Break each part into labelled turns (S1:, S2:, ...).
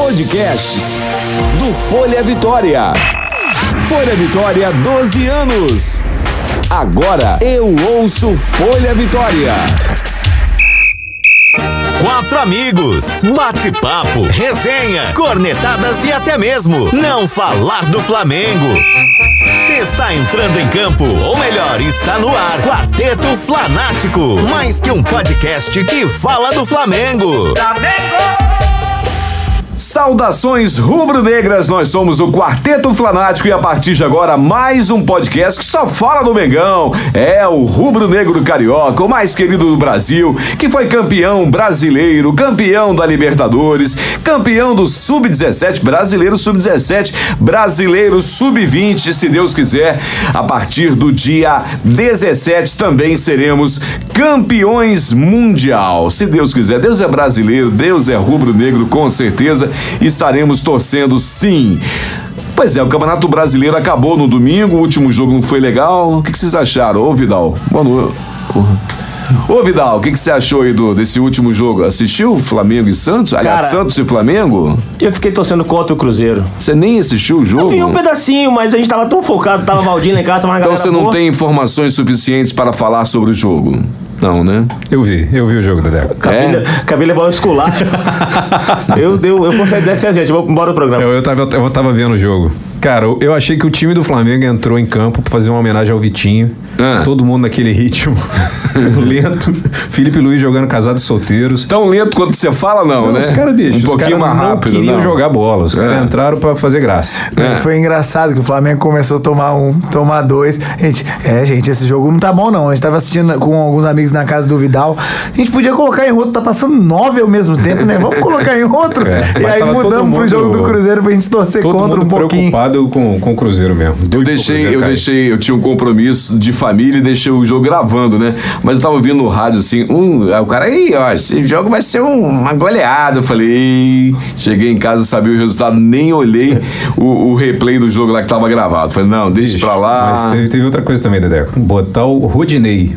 S1: Podcasts do Folha Vitória. Folha Vitória, 12 anos. Agora eu ouço Folha Vitória.
S2: Quatro amigos, bate-papo, resenha, cornetadas e até mesmo não falar do Flamengo. Está entrando em campo, ou melhor, está no ar, Quarteto Flanático, mais que um podcast que fala do Flamengo.
S1: Saudações rubro-negras, nós somos o Quarteto Flanático e a partir de agora mais um podcast que só fala do Mengão. É o rubro-negro carioca, o mais querido do Brasil, que foi campeão brasileiro, campeão da Libertadores, campeão do Sub-17 brasileiro, Sub-17 brasileiro, Sub-20, se Deus quiser. A partir do dia 17 também seremos campeões mundial. Se Deus quiser, Deus é brasileiro, Deus é rubro-negro com certeza. Estaremos torcendo sim. Pois é, o Campeonato Brasileiro acabou no domingo, o último jogo não foi legal. O que que vocês acharam? Ô Vidal, boa noite. Porra. Ô Vidal, o que que você achou aí do, desse último jogo? Assistiu Flamengo e Santos? Aliás,
S3: Cara-
S1: Santos e Flamengo?
S3: Eu fiquei torcendo contra o Cruzeiro.
S1: Você nem assistiu o jogo?
S3: Vi um pedacinho, mas a gente tava tão focado, tava Valdir lá em casa, tava uma
S1: Uhum.
S4: Tá,
S1: Então
S3: galera
S1: você não
S3: boa.
S1: tem informações suficientes para falar sobre o jogo? Não, né?
S4: Eu vi, eu vi o jogo da Débora.
S3: Cabelo,
S1: É?
S3: cabelo é bom esculacho. eu, eu, eu consigo descer a gente, vou embora do programa.
S4: Eu, eu, tava, eu tava vendo o jogo. Cara, eu, eu achei que o time do Flamengo entrou em campo pra fazer uma homenagem ao Vitinho.
S1: Ah.
S4: Todo mundo naquele ritmo lento. Felipe Luiz jogando casado e solteiros.
S1: Tão lento quanto você fala, não, né?
S4: Os caras, bicho,
S1: um
S4: os
S1: pouquinho
S4: caras
S1: mais
S4: não
S1: rápido,
S4: queriam
S1: não.
S4: jogar bola. Os caras
S1: É.
S4: entraram pra fazer graça.
S1: É.
S5: Foi engraçado que o Flamengo começou a tomar um, tomar dois. Gente, é, gente, esse jogo não tá bom, não. A gente tava assistindo com alguns amigos na casa do Vidal. A gente podia colocar em outro, tá passando nove ao mesmo tempo, né? Vamos colocar em outro.
S4: É, mas
S5: e aí
S4: tava todo
S5: mudamos pro
S4: mundo-
S5: jogo do Cruzeiro pra gente torcer
S4: Todo
S5: contra
S4: mundo
S5: um pouquinho.
S4: preocupado com, com o Cruzeiro mesmo. Doido pro
S1: Eu deixei,
S4: Cruzeiro
S1: eu
S4: cair.
S1: deixei, eu tinha um compromisso de família e deixei o jogo gravando, né? Mas eu tava ouvindo no rádio assim, um, aí o cara, aí, ó, esse jogo vai ser um- uma goleada. Eu falei, "Ih". cheguei em casa, sabia o resultado, nem olhei o, o replay do jogo lá que tava gravado. Falei, não, deixa pra lá.
S4: Mas teve, teve outra coisa também, Dedeco. Botar o Rodinei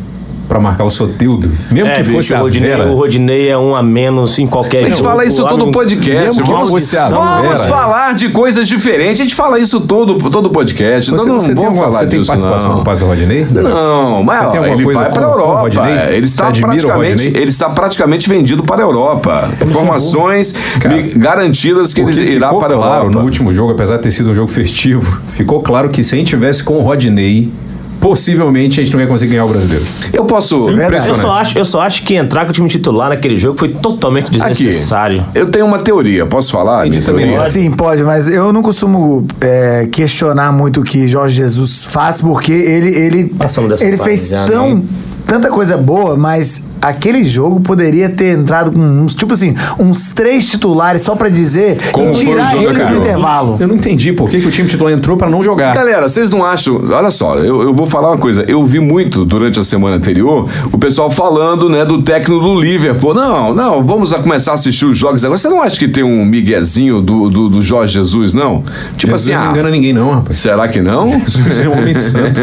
S4: pra marcar o Soteldo. Mesmo
S3: É,
S4: que
S3: bicho,
S4: fosse
S3: o
S4: a
S3: Rodinei,
S4: Vera.
S3: o Rodinei é um a menos em qualquer
S1: A gente
S3: jogo.
S1: fala isso
S3: O
S1: todo
S3: amigo-
S1: podcast.
S4: mesmo que
S1: Vamos,
S4: fosse a
S1: vamos
S4: Vera.
S1: falar de coisas diferentes. A gente fala isso todo, todo podcast. então
S4: Você,
S1: não
S4: você tem,
S1: vamos
S4: alguma-
S1: falar
S4: você tem
S1: disso,
S4: participação
S1: não.
S4: no passe do Rodinei? Dedeco?
S1: Não, mas
S4: Você
S1: ó,
S4: tem alguma
S1: ele
S4: coisa
S1: vai
S4: com-
S1: para a
S4: com o
S1: Europa.
S4: Rodinei?
S1: Ele está
S4: Você admira o
S1: praticamente,
S4: Rodinei?
S1: ele está praticamente vendido para a Europa. Informações
S4: Cara,
S1: me garantidas que
S4: Porque
S1: ele irá
S4: ficou
S1: para a
S4: claro
S1: Europa.
S4: no último jogo, apesar de ter sido um jogo festivo, ficou claro que se a gente tivesse com o Rodney, possivelmente a gente não ia conseguir ganhar o brasileiro.
S1: Eu posso
S3: Eu só, acho, eu só acho que entrar com o time titular naquele jogo foi totalmente
S1: né? aqui.
S3: desnecessário.
S1: Eu tenho uma teoria. Posso falar? a Minha
S4: também
S1: teoria.
S3: Pode.
S5: Sim, pode, mas eu não costumo é, questionar muito o que Jorge Jesus faz, porque ele ele,
S3: Passamos dessa
S5: ele
S3: parte
S5: fez
S3: já,
S5: tão
S3: né?
S5: tanta coisa boa, mas aquele jogo poderia ter entrado com uns tipo assim uns três titulares só pra dizer
S1: Como
S5: e
S1: foi o
S5: tirar
S1: jogo
S5: eles do
S1: anterior.
S5: intervalo.
S4: Eu não entendi por que, que o time titular entrou pra não
S3: É.
S4: jogar.
S1: Galera, vocês não acham? Olha só, eu, eu vou falar uma coisa. Eu vi muito durante a semana anterior o pessoal falando, né, do técnico do Liverpool. Não, não, vamos a começar a assistir os jogos agora. Você não acha que tem um miguezinho do, do, do Jorge Jesus, não? Tipo
S4: Jesus
S1: assim,
S4: não
S1: ah,
S4: engana ninguém, não, rapaz.
S1: será que não?
S4: Jesus é um homem santo.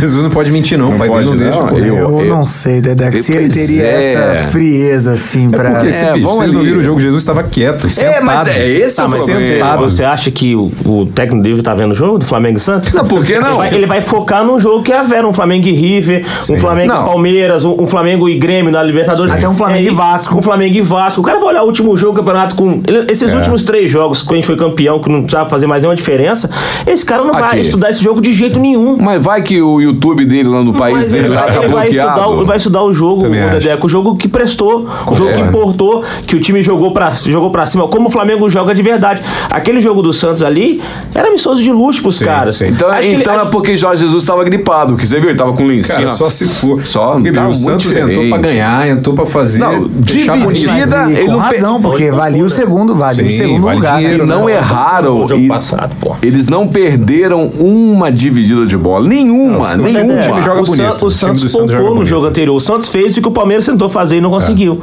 S4: Jesus não pode mentir, não. O pai
S1: pode,
S4: dele
S1: não.
S4: não, deixa. pô. É
S1: Eu-
S5: Eu, não sei, Dedex,
S1: eu-
S5: se ele
S1: pois
S5: teria
S1: é.
S5: essa frieza assim pra.
S4: Porque
S1: É,
S4: esse bicho,
S1: vamos
S4: vocês não
S1: ali.
S4: viram o jogo, Jesus estava quieto, sentado.
S1: mas é esse o
S4: mas
S1: problema.
S3: Tá,
S4: sentado.
S3: Você acha que o, o técnico dele tá vendo o jogo do Flamengo e Santos?
S1: Não, por que não?
S3: Ele vai, ele vai focar num jogo que é a Vera, um Flamengo e River, um Flamengo
S1: Não.
S3: e Palmeiras, um, um Flamengo e Grêmio na Libertadores.
S5: Até um Flamengo
S3: É,
S5: e Vasco.
S3: Um Flamengo e Vasco. O cara vai olhar o último jogo do campeonato com. ele- esses
S1: É.
S3: últimos três jogos, quando a gente foi campeão, que não precisava fazer mais nenhuma diferença, esse cara não
S1: Aqui.
S3: vai estudar esse jogo de jeito nenhum.
S1: Mas vai que o YouTube dele lá no país
S3: Mas
S1: dele
S3: ele,
S1: lá
S3: vai-
S1: tá
S3: ele vai,
S1: bloqueado.
S3: estudar, o- vai estudar o jogo,
S4: Também
S3: o
S4: acho. É.
S3: Dedeco, o jogo que prestou, o jogo que importou, que o time jogou pra, jogou pra cima, como o Flamengo joga de verdade. Aquele jogo do Santos ali era amistoso de luxo pros caras.
S4: sim.
S1: Então,
S3: Acho que ele-
S1: então
S3: acho-
S1: é porque Jorge Jesus tava gripado, que você viu? Ele tava com um lencinho.
S4: Cara,
S1: ó.
S4: só se for.
S1: Só,
S4: Porque,
S1: tá
S4: meu, o
S1: muito
S4: Santos entrou pra
S1: diferente.
S4: ganhar, entrou pra fazer.
S1: Não,
S4: fechar com o time.
S1: dividir
S5: Mas,
S1: Vida,
S5: e
S1: ele
S5: com
S1: não pe-
S5: razão, porque valia o segundo, valia o
S4: Sim,
S5: segundo
S4: vale
S5: lugar.
S4: dinheiro, né?
S5: né?
S1: não erraram.
S3: O jogo
S1: e-
S3: passado, pô.
S1: Eles não perderam uma dividida de bola. Nenhuma,
S4: Não, o time
S1: nenhuma.
S4: joga
S3: o, San-
S4: bonito.
S3: É, o
S4: O um time do
S3: Santos
S4: Santos joga
S3: poupou no jogo anterior. O Santos fez o que o Palmeiras tentou fazer e não conseguiu.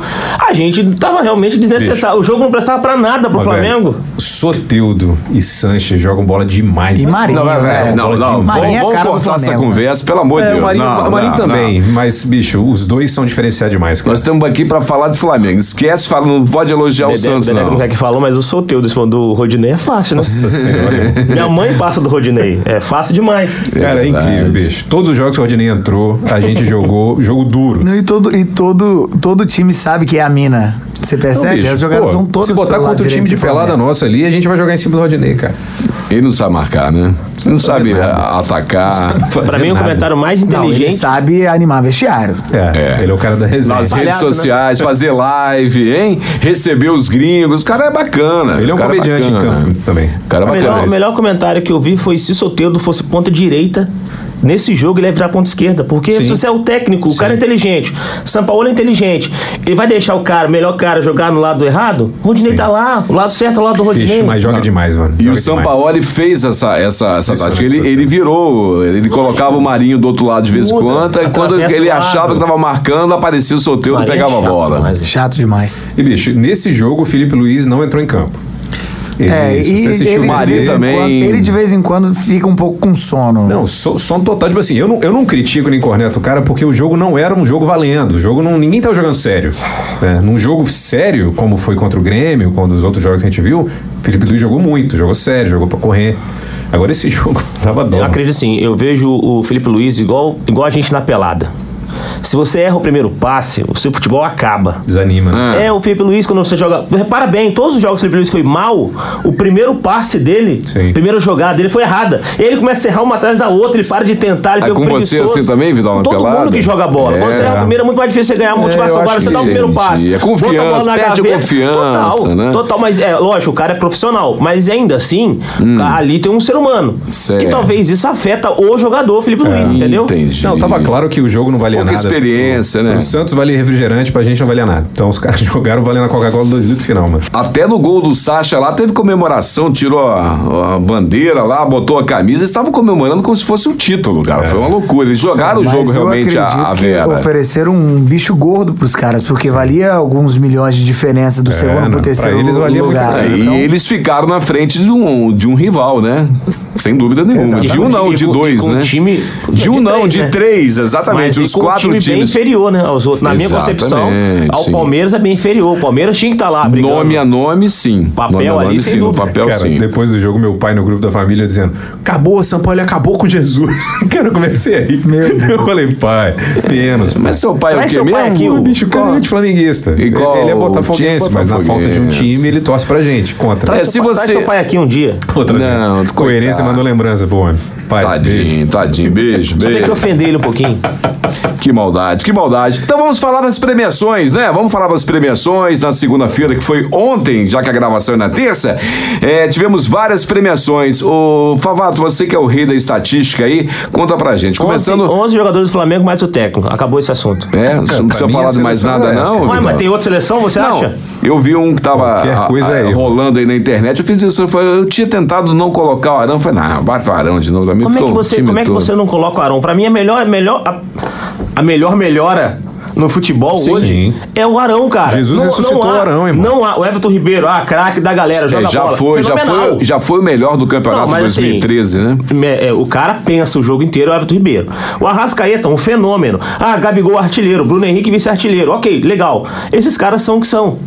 S3: A gente tava realmente desnecessário. O jogo não prestava pra nada pro
S4: É. Mas, é.
S3: Flamengo.
S4: velho, Soteudo e Sanches jogam bola demais.
S5: E Marinho,
S1: Não, é,
S5: né?
S1: não, não, não. Vamos,
S5: Marinho é
S1: vamos
S5: cara do
S1: cortar essa
S5: Flamengo, né?
S1: conversa, pelo amor de
S4: É,
S1: Deus.
S4: o Marinho,
S1: Não,
S4: o Marinho
S1: não,
S4: também, mas, bicho, os dois são diferenciados demais, cara.
S1: Nós estamos aqui pra falar de Flamengo. Esquece, fala, não pode elogiar o
S3: Dedé-
S1: Santos,
S3: Dedé
S1: não.
S3: quer que falou, mas o solteiro desse falou do Rodinei é fácil, né? Nossa senhora. Minha mãe passa do Rodinei. É fácil demais.
S4: Cara, é
S1: verdade.
S4: incrível, bicho. Todos os jogos que o Rodinei entrou, a gente jogou jogo duro.
S5: Não, E, todo, e todo, todo time sabe que é a mina. Você
S4: Então,
S5: percebe?
S4: bicho,
S5: É, As jogadas
S4: pô,
S5: são todas
S4: se botar
S5: pelo lado
S4: contra o time
S5: direito
S4: de
S5: do
S4: pelada
S5: Flamengo.
S4: nossa ali, a gente vai jogar em cima do Rodinei, cara.
S1: Ele não sabe marcar, né? Você não sabe a- atacar.
S3: Pra
S4: um
S3: mim, o comentário mais
S5: Não, ele
S3: inteligente.
S5: sabe animar vestiário.
S4: É,
S1: É.
S4: ele é o cara da resenha.
S1: Nas redes
S3: palhaço, né?
S1: sociais, fazer live, hein? Receber os gringos. O cara é bacana.
S4: Ele é um
S1: o cara
S4: comediante então. em
S1: bacana.
S4: campo também.
S1: O cara é
S3: o melhor,
S1: bacana.
S3: o melhor comentário que eu vi foi se Soteldo fosse ponta direita. Nesse jogo ele vai virar ponta esquerda, porque se você é o técnico, o cara é inteligente, São Paulo é inteligente, ele vai deixar o cara, o melhor cara, jogar no lado errado? O Rodinei tá lá, o lado certo é o lado do Rodinei.
S4: Bicho, mas
S5: Ah.
S4: joga demais, mano.
S1: E
S4: Joga
S1: o
S4: demais.
S1: Sampaoli fez essa, essa, essa
S4: Isso,
S1: tática.
S4: né,
S1: Ele,
S4: isso,
S1: ele virou, ele colocava o Marinho do outro lado de vez em
S3: Muda,
S1: quando. E quando
S3: atravessa
S1: ele
S3: o lado.
S1: achava que tava marcando, aparecia o sorteio e
S3: Marinho é
S1: pegava a
S3: chato
S1: bola.
S4: né?
S3: demais, velho.
S5: Chato demais.
S4: E, bicho, nesse jogo o Felipe Luiz não entrou em campo. Ele,
S5: É,
S4: se você
S5: e
S4: assistiu
S5: ele,
S4: o
S5: de
S1: Maria
S4: Maria
S5: vez em
S1: também.
S5: quando- ele de vez em quando fica um pouco com sono.
S4: Não, so- som total. Tipo assim, eu não, eu não critico nem corneto o cara porque o jogo não era um jogo valendo. O jogo não. Ninguém tava jogando sério. né? Num jogo sério, como foi contra o Grêmio, quando os outros jogos que a gente viu, Felipe Luiz jogou muito, jogou sério, jogou pra correr. Agora esse jogo tava
S3: Eu
S4: dó.
S3: acredito assim, eu vejo o Felipe Luiz igual, igual a gente na pelada. Se você erra o primeiro passe, o seu futebol acaba.
S4: Desanima. né?
S1: Ah.
S3: É, o Felipe Luiz, quando você joga. Repara bem, todos os jogos que o Felipe Luiz foi mal, o primeiro passe dele,
S4: Sim.
S3: a primeira jogada dele foi errada. Ele começa a errar uma atrás da outra, ele para de tentar, ele
S1: É
S3: fica
S1: com você
S3: preguiçoso.
S1: assim também, Vidal, na
S3: Todo
S1: pelada?
S3: mundo que joga bola. Quando
S1: É.
S3: você erra a primeira, é muito mais difícil você ganhar a motivação.
S4: eu
S3: Agora
S4: acho
S3: você
S4: que
S3: dá o primeiro
S1: entendi.
S3: passe.
S1: É confiança,
S3: bota a bola na
S1: perde a
S3: gaveta.
S1: confiança,
S3: Total,
S1: né?
S3: total, mas é, lógico, o cara é profissional. Mas ainda assim, ali tem um ser humano.
S1: Hum. Certo. É,
S3: E talvez isso afeta o jogador Felipe Luiz, entendeu?
S1: Entendi.
S4: Não, tava claro que o jogo não valia
S1: Pouca
S4: nada.
S1: experiência, né?
S4: O Santos valia refrigerante, pra gente não valia nada. Então os caras jogaram valendo a Coca-Cola 2 litros final, mano.
S1: Até no gol do Sacha lá teve comemoração, tirou a, a bandeira lá, botou a camisa. Eles estavam comemorando como se fosse um título, cara. Foi uma loucura. Eles jogaram o
S5: É. Mas
S1: jogo
S5: eu
S1: realmente a,
S5: acredito
S1: a
S5: que
S1: Vera.
S5: Ofereceram um bicho gordo pros caras, porque valia alguns milhões de diferença do segundo
S4: É, não,
S5: pro
S4: pra
S5: terceiro
S4: eles valia muito
S5: lugar.
S1: É, e
S5: Então,
S1: eles ficaram na frente de um, de um rival, né? Sem dúvida nenhuma. De um não,
S3: E
S1: de
S3: com- e
S1: dois,
S3: com
S1: né?
S3: um time-
S1: de um não,
S3: três,
S1: de
S3: né?
S1: três, exatamente.
S3: Mas e
S1: Os
S3: com
S1: quatro
S3: um time bem
S1: times.
S3: inferior, né? Aos outros. Na minha
S1: Exatamente,
S3: concepção, ao
S1: sim.
S3: Palmeiras é bem inferior. O Palmeiras tinha que estar lá brigando.
S1: Nome a nome, sim.
S3: Papel
S1: nome a
S3: ali,
S1: nome,
S3: sem
S1: sim. No
S3: dúvida.
S1: papel,
S4: Cara,
S1: sim.
S4: depois do jogo, meu pai no grupo da família dizendo: Acabou, São Paulo acabou com Jesus. Cara, eu comecei aí.
S5: Meu Deus.
S4: Eu falei, pai, menos.
S1: Mas seu pai é o
S3: Traz
S1: quê
S3: seu
S1: mesmo?
S3: pai aqui,
S4: O
S3: ô
S4: bicho cara é de flamenguista.
S1: E qual
S4: ele é
S1: o
S4: botafoguense,
S1: time?
S4: mas na falta de um
S1: Botafoguense.
S4: time, ele torce pra gente. Contra.
S1: Tá,
S4: Outra
S1: é, se
S3: Traz
S1: você.
S3: seu pai aqui um dia.
S1: Não,
S4: assim,
S1: coitado.
S4: coerência mandou lembrança pro homem. Pai, beijo.
S1: Tadinho, tadinho. Beijo,
S3: Só tem que
S1: beijo.
S3: ofender ele um pouquinho.
S1: Que maldade, que maldade. Então vamos falar das premiações, né? Vamos falar das premiações na segunda-feira, que foi ontem, já que a gravação é na terça. É, tivemos várias premiações. Ô, Favato, você que é o rei da estatística aí, conta pra gente. Começando.
S3: 11, 11 jogadores do Flamengo mais o técnico. Acabou esse assunto.
S1: É, você não
S4: pra
S1: precisa
S4: mim,
S1: falar
S4: a
S1: de mais
S4: seleção
S1: nada,
S4: é essa.
S1: não.
S3: Ué,
S1: Vidal?
S3: mas tem outra seleção, você acha?
S1: Eu vi um que tava
S4: Qualquer
S1: a-
S4: coisa
S1: a-
S4: é erro.
S1: rolando aí na internet. Eu fiz isso. Eu, falei, eu tinha tentado não colocar o Arão. Eu falei, não, bate o Arão de novo. Também
S3: Como é
S1: ficou
S3: que
S1: o
S3: você,
S1: time
S3: como é que
S1: todo.
S3: você não coloca o Arão? Pra mim, a melhor, a melhor, a, a melhor melhora no futebol
S4: Sim.
S3: hoje
S4: Sim.
S3: é o Arão, cara.
S4: Jesus ressuscitou
S3: há-
S4: o Arão, irmão.
S3: Não há. O Everton Ribeiro, ah, craque da galera, joga
S1: É, já,
S3: bola.
S1: foi, já,
S3: Fenomenal.
S1: foi, já foi o melhor do campeonato
S3: Não, mas assim,
S1: 2013, né?
S3: É, é, o cara pensa o jogo inteiro, é o Everton Ribeiro. O Arrascaeta, um fenômeno. Ah, Gabigol artilheiro, Bruno Henrique vice-artilheiro. Ok, legal. Esses caras são o que são.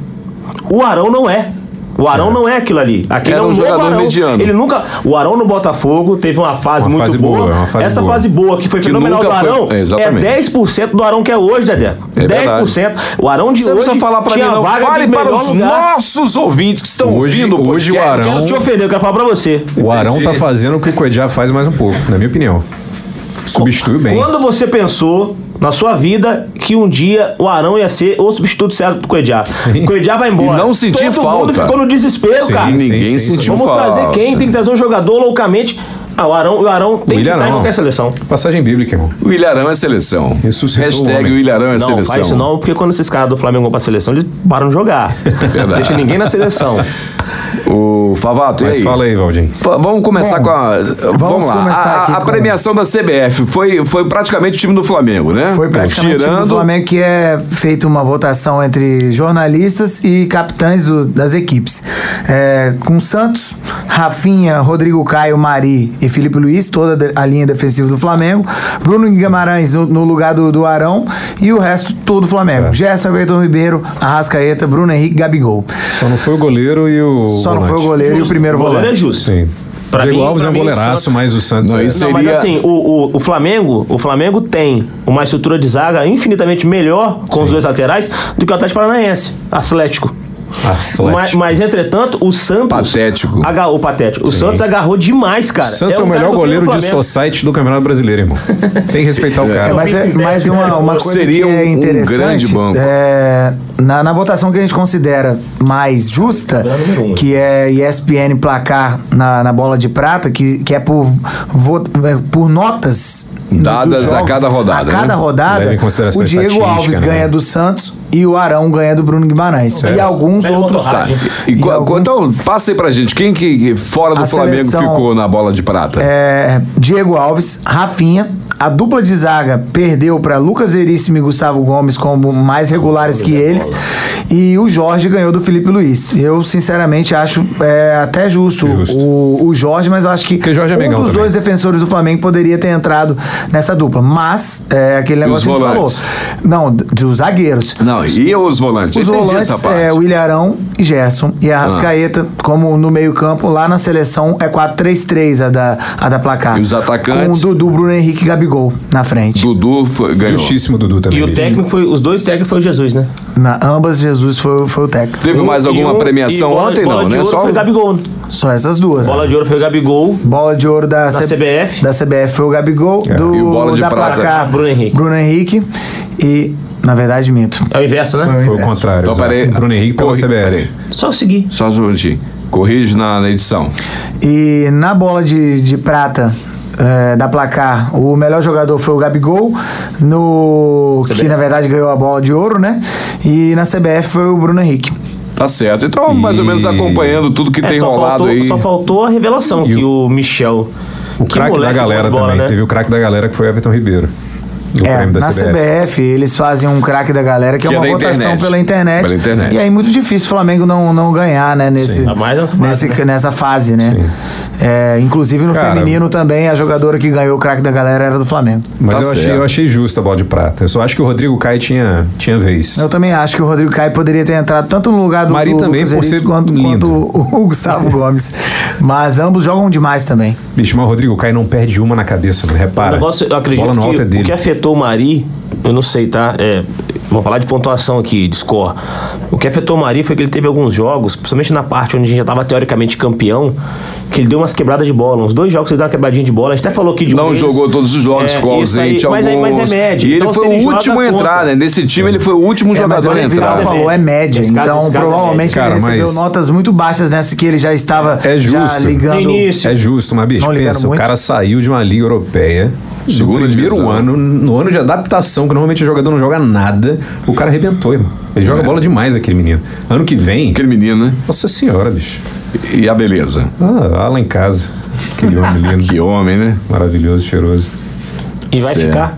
S3: O Arão não é. O Arão não é aquilo ali. Aquele
S1: Era
S3: é
S1: um
S3: novo
S1: jogador
S3: Arão.
S1: mediano.
S3: Ele nunca. O Arão no Botafogo teve uma fase
S4: Uma
S3: muito
S4: fase
S3: boa.
S4: boa, uma fase
S3: Essa
S4: boa.
S3: fase boa que foi
S1: Que
S3: fenomenal do
S1: nunca foi-
S3: Arão
S1: é, exatamente.
S3: é 10% do Arão que é hoje, Dedé.
S1: É verdade.
S3: 10%. O Arão de
S1: Você não
S3: hoje
S1: precisa falar pra mim,
S3: tinha
S1: não.
S3: vaga
S1: Fale
S3: de
S1: para
S3: melhor
S1: os
S3: lugar.
S1: nossos ouvintes que estão
S4: Hoje-
S1: ouvindo
S4: hoje o
S1: podcast.
S4: Arão-
S3: Quero te ofender, eu quero falar pra você.
S4: O Arão tá fazendo o que o Coediá faz mais um pouco, na minha opinião. Substitui bem.
S3: Quando você pensou na sua vida que um dia o Arão ia ser o substituto certo do Coediá? O Coediá vai embora.
S1: E não sentir
S3: Todo
S1: falta.
S3: mundo ficou no desespero,
S4: Sim,
S3: cara.
S1: E ninguém
S4: Sim, sim,
S1: sentiu
S4: sim.
S3: Vamos
S1: falta.
S3: trazer quem? Tem que trazer um jogador loucamente. Ah, o Arão, o Arão tem que
S4: Willian
S3: estar em
S4: não.
S3: qualquer seleção.
S4: é Passagem bíblica, irmão.
S1: O Ilharão é seleção.
S4: Ressuscitou o
S1: Hashtag
S4: homem.
S1: o Ilharão é
S3: não,
S1: seleção.
S3: faz isso não, porque quando esses caras do Flamengo vão pra seleção, eles param de jogar. Não deixa ninguém na seleção.
S1: O Favato, e
S4: Mas
S1: aí?
S4: fala aí, Valdim.
S1: Fa- Vamos começar
S5: Bom,
S1: com a. Vamos, lá.
S5: começar
S1: a,
S5: aqui
S1: a
S5: com-
S1: premiação da CBF foi, foi praticamente o time do Flamengo, né?
S5: Foi praticamente o time do
S1: Tirando-
S5: Flamengo que é feita uma votação entre jornalistas e capitães do- das equipes. É, com Santos, Rafinha, Rodrigo Caio, Mari e Felipe Luiz, toda de- a linha defensiva do Flamengo. Bruno Guimarães no, no lugar do, do Arão e o resto todo do Flamengo. Gerson Everton Ribeiro, Arrascaeta, Bruno Henrique, Gabigol.
S4: Só não foi o goleiro e o.
S5: Só não
S4: volante.
S5: foi o goleiro e o primeiro
S3: goleiro é
S5: volante.
S3: justo.
S4: Sim.
S3: Pra
S4: Diego
S3: mim-
S4: Alves
S3: pra
S4: é um
S3: mim,
S4: goleiraço,
S3: só-
S4: mas o Santos.
S1: Não,
S4: é-
S1: isso
S3: Não,
S1: Seria-
S3: mas assim, o, o, o Flamengo, o Flamengo tem uma estrutura de zaga infinitamente melhor com os dois laterais do que o Atlético Paranaense, Atlético.
S4: Atlético.
S3: Mas, mas, entretanto, o Santos.
S1: Patético.
S3: Aga- o Patético. O Santos agarrou demais, cara. um
S4: O Santos é, o
S3: cara
S4: melhor
S3: do
S4: goleiro de
S3: Flamengo.
S4: society do Campeonato Brasileiro, irmão. Tem que respeitar o cara.
S5: É, mas é, mas é uma, uma coisa
S1: Seria
S5: que é
S1: um- um
S5: interessante.
S1: grande banco.
S5: é, na, na votação que a gente considera mais justa, que é ESPN placar na, na bola de prata, que, que é por, vo- é, por notas. do- dos
S1: Dadas a
S5: jogos,
S1: cada rodada,
S5: A cada
S1: né?
S5: rodada,
S4: Leva em consideração
S5: o
S4: a
S5: Diego
S4: estatística,
S5: Alves
S4: né? É.
S5: ganha do Santos e o Arão ganha do Bruno Guimarães. E alguns
S3: Pega
S5: outros.
S1: Tá.
S3: motorrad.
S1: E,
S5: e
S1: qua-
S5: alguns-
S1: Então, passa aí pra gente. Quem que que fora do
S5: A
S1: Flamengo
S5: seleção-
S1: ficou na bola de prata?
S5: É, Diego Alves, Rafinha. A dupla de zaga perdeu para Lucas Veríssimo e Gustavo Gomes como mais regulares que eles. E o Jorge ganhou do Felipe Luiz. Eu, sinceramente, acho é, até justo,
S4: Justo.
S5: O, o Jorge, mas eu acho que
S4: o Jorge é
S5: um
S4: amigão
S5: dos
S4: também.
S5: dois defensores do Flamengo poderia ter entrado nessa dupla. Mas, é aquele
S1: os
S5: negócio que a gente falou.
S1: volantes?
S5: Não, d- dos zagueiros.
S1: Não, e os volantes?
S5: Os
S1: Eu Entendi
S5: volantes
S1: essa parte. Ah.
S5: é o Ilharão e Gerson. E a Rascaeta, como no meio-campo, lá na seleção é 4-3-3 a da, a da placar.
S1: E os atacantes?
S5: Com o Dudu, Bruno Henrique e Gabigol na frente.
S1: Dudu foi- ganhou.
S4: Justíssimo Dudu também.
S3: E o técnico foi. Os dois técnicos foi o Jesus, né?
S5: Na, ambas, Jesus foi, foi o técnico.
S1: Teve
S3: Um-
S1: mais
S3: e
S1: alguma
S3: um-
S1: premiação
S3: e bola-
S1: ontem?
S3: bola
S1: Não,
S3: de
S1: né?
S3: ouro
S1: Só
S3: foi o Gabigol.
S5: Só essas duas.
S3: Bola de ouro foi o Gabigol.
S5: Bola de ouro da,
S3: Da
S5: C-
S3: CBF.
S5: Da CBF foi o Gabigol. Do,
S1: É, E o bola de
S5: da
S1: prata?
S5: placar,
S3: Bruno Henrique.
S5: Bruno Henrique. E, na verdade, minto.
S3: É o inverso, né?
S4: Foi o contrário.
S1: Então,
S4: exato.
S1: peraí.
S4: Bruno Henrique pela
S1: Corri-
S4: CBF.
S1: peraí.
S3: Só seguir.
S1: Só um minutinho. Corrige na, na edição.
S5: E na bola de, de prata eh, da placar, o melhor jogador foi o Gabigol, no, que na verdade ganhou a bola de ouro, né? E na CBF foi o Bruno Henrique.
S1: Tá certo. Então, mais ou menos
S4: E-
S1: acompanhando tudo que
S3: É,
S1: tem
S3: só,
S1: rolado
S3: faltou,
S1: aí.
S3: só faltou a revelação que o Michel.
S4: O craque da galera
S3: né?
S4: também. Teve o craque da galera que foi Everton Ribeiro. Do
S5: É,
S4: prêmio da
S5: na
S4: CBF.
S5: CBF eles fazem um craque da galera que,
S1: Que
S5: é
S1: é
S5: uma
S1: da
S5: votação
S1: internet.
S5: pela, internet,
S1: Pela internet.
S5: E aí muito difícil o Flamengo não, não ganhar, né? Nesse,
S3: Ainda mais nessa fase,
S5: nesse- nessa fase, né? É, inclusive no
S4: Cara,
S5: feminino também, a jogadora que ganhou o craque da galera era do Flamengo.
S4: Mas
S1: Tá
S4: eu, achei,
S1: certo.
S4: eu achei justo a bola de prata. Eu só acho que o Rodrigo Caio tinha, tinha vez.
S5: Eu também acho que o Rodrigo Caio poderia ter entrado tanto no lugar do,
S4: Mari
S5: do
S4: também,
S5: Lucas
S4: por
S5: Veríssimo
S4: ser
S5: quanto,
S4: lindo.
S5: quanto o Gustavo Gomes. Mas ambos jogam demais também.
S4: Bicho, mas o Rodrigo Caio não perde uma na cabeça, mano.
S3: O
S4: Repara.
S3: negócio, eu
S4: bola
S3: acredito
S4: no alto
S3: que
S4: é
S3: o
S4: dele.
S3: que afetou o Mari, eu não sei, tá? É, vamos falar de pontuação aqui, de score. O que afetou o Mari foi que ele teve alguns jogos, principalmente na parte onde a gente já tava teoricamente campeão, que ele deu umas quebradas de bola. Uns dois jogos ele deu uma quebradinha de bola. A gente até falou aqui de um
S1: Não
S3: deles.
S1: jogou todos os jogos,
S3: É,
S1: ficou
S3: isso aí,
S1: ausente
S3: mas aí-
S1: alguns.
S3: mas é médio.
S1: E ele
S3: Então, se
S1: foi o
S3: joga, É,
S1: último a
S3: conta.
S1: entrar, né? Nesse time ele foi o último
S5: mas
S1: jogador a
S5: olha, o Vidal
S1: entrar.
S5: falou, é média.
S3: Esse caso-
S5: Então,
S3: esse caso é
S5: provavelmente
S4: média.
S5: ele
S4: Cara,
S5: recebeu
S4: mas-
S5: notas muito baixas nessa que ele já estava
S4: É
S5: já
S4: justo.
S5: ligando.
S3: No início.
S4: É justo, mas bicho,
S5: Não ligaram
S4: pensa, o
S5: muito.
S4: cara saiu de uma liga europeia,
S1: Segunda
S4: segundo primeiro
S1: divisão.
S4: ano, no ano de adaptação, que normalmente o jogador não joga nada, o cara arrebentou, irmão. Ele
S1: É.
S4: joga bola demais, aquele menino. Ano que vem,
S1: Aquele menino, né?
S4: nossa senhora, bicho.
S1: E a beleza.
S4: Ah, lá em casa. Aquele homem lindo,
S1: Que homem, né?
S4: maravilhoso, cheiroso.
S3: E vai
S1: Certo.
S3: ficar.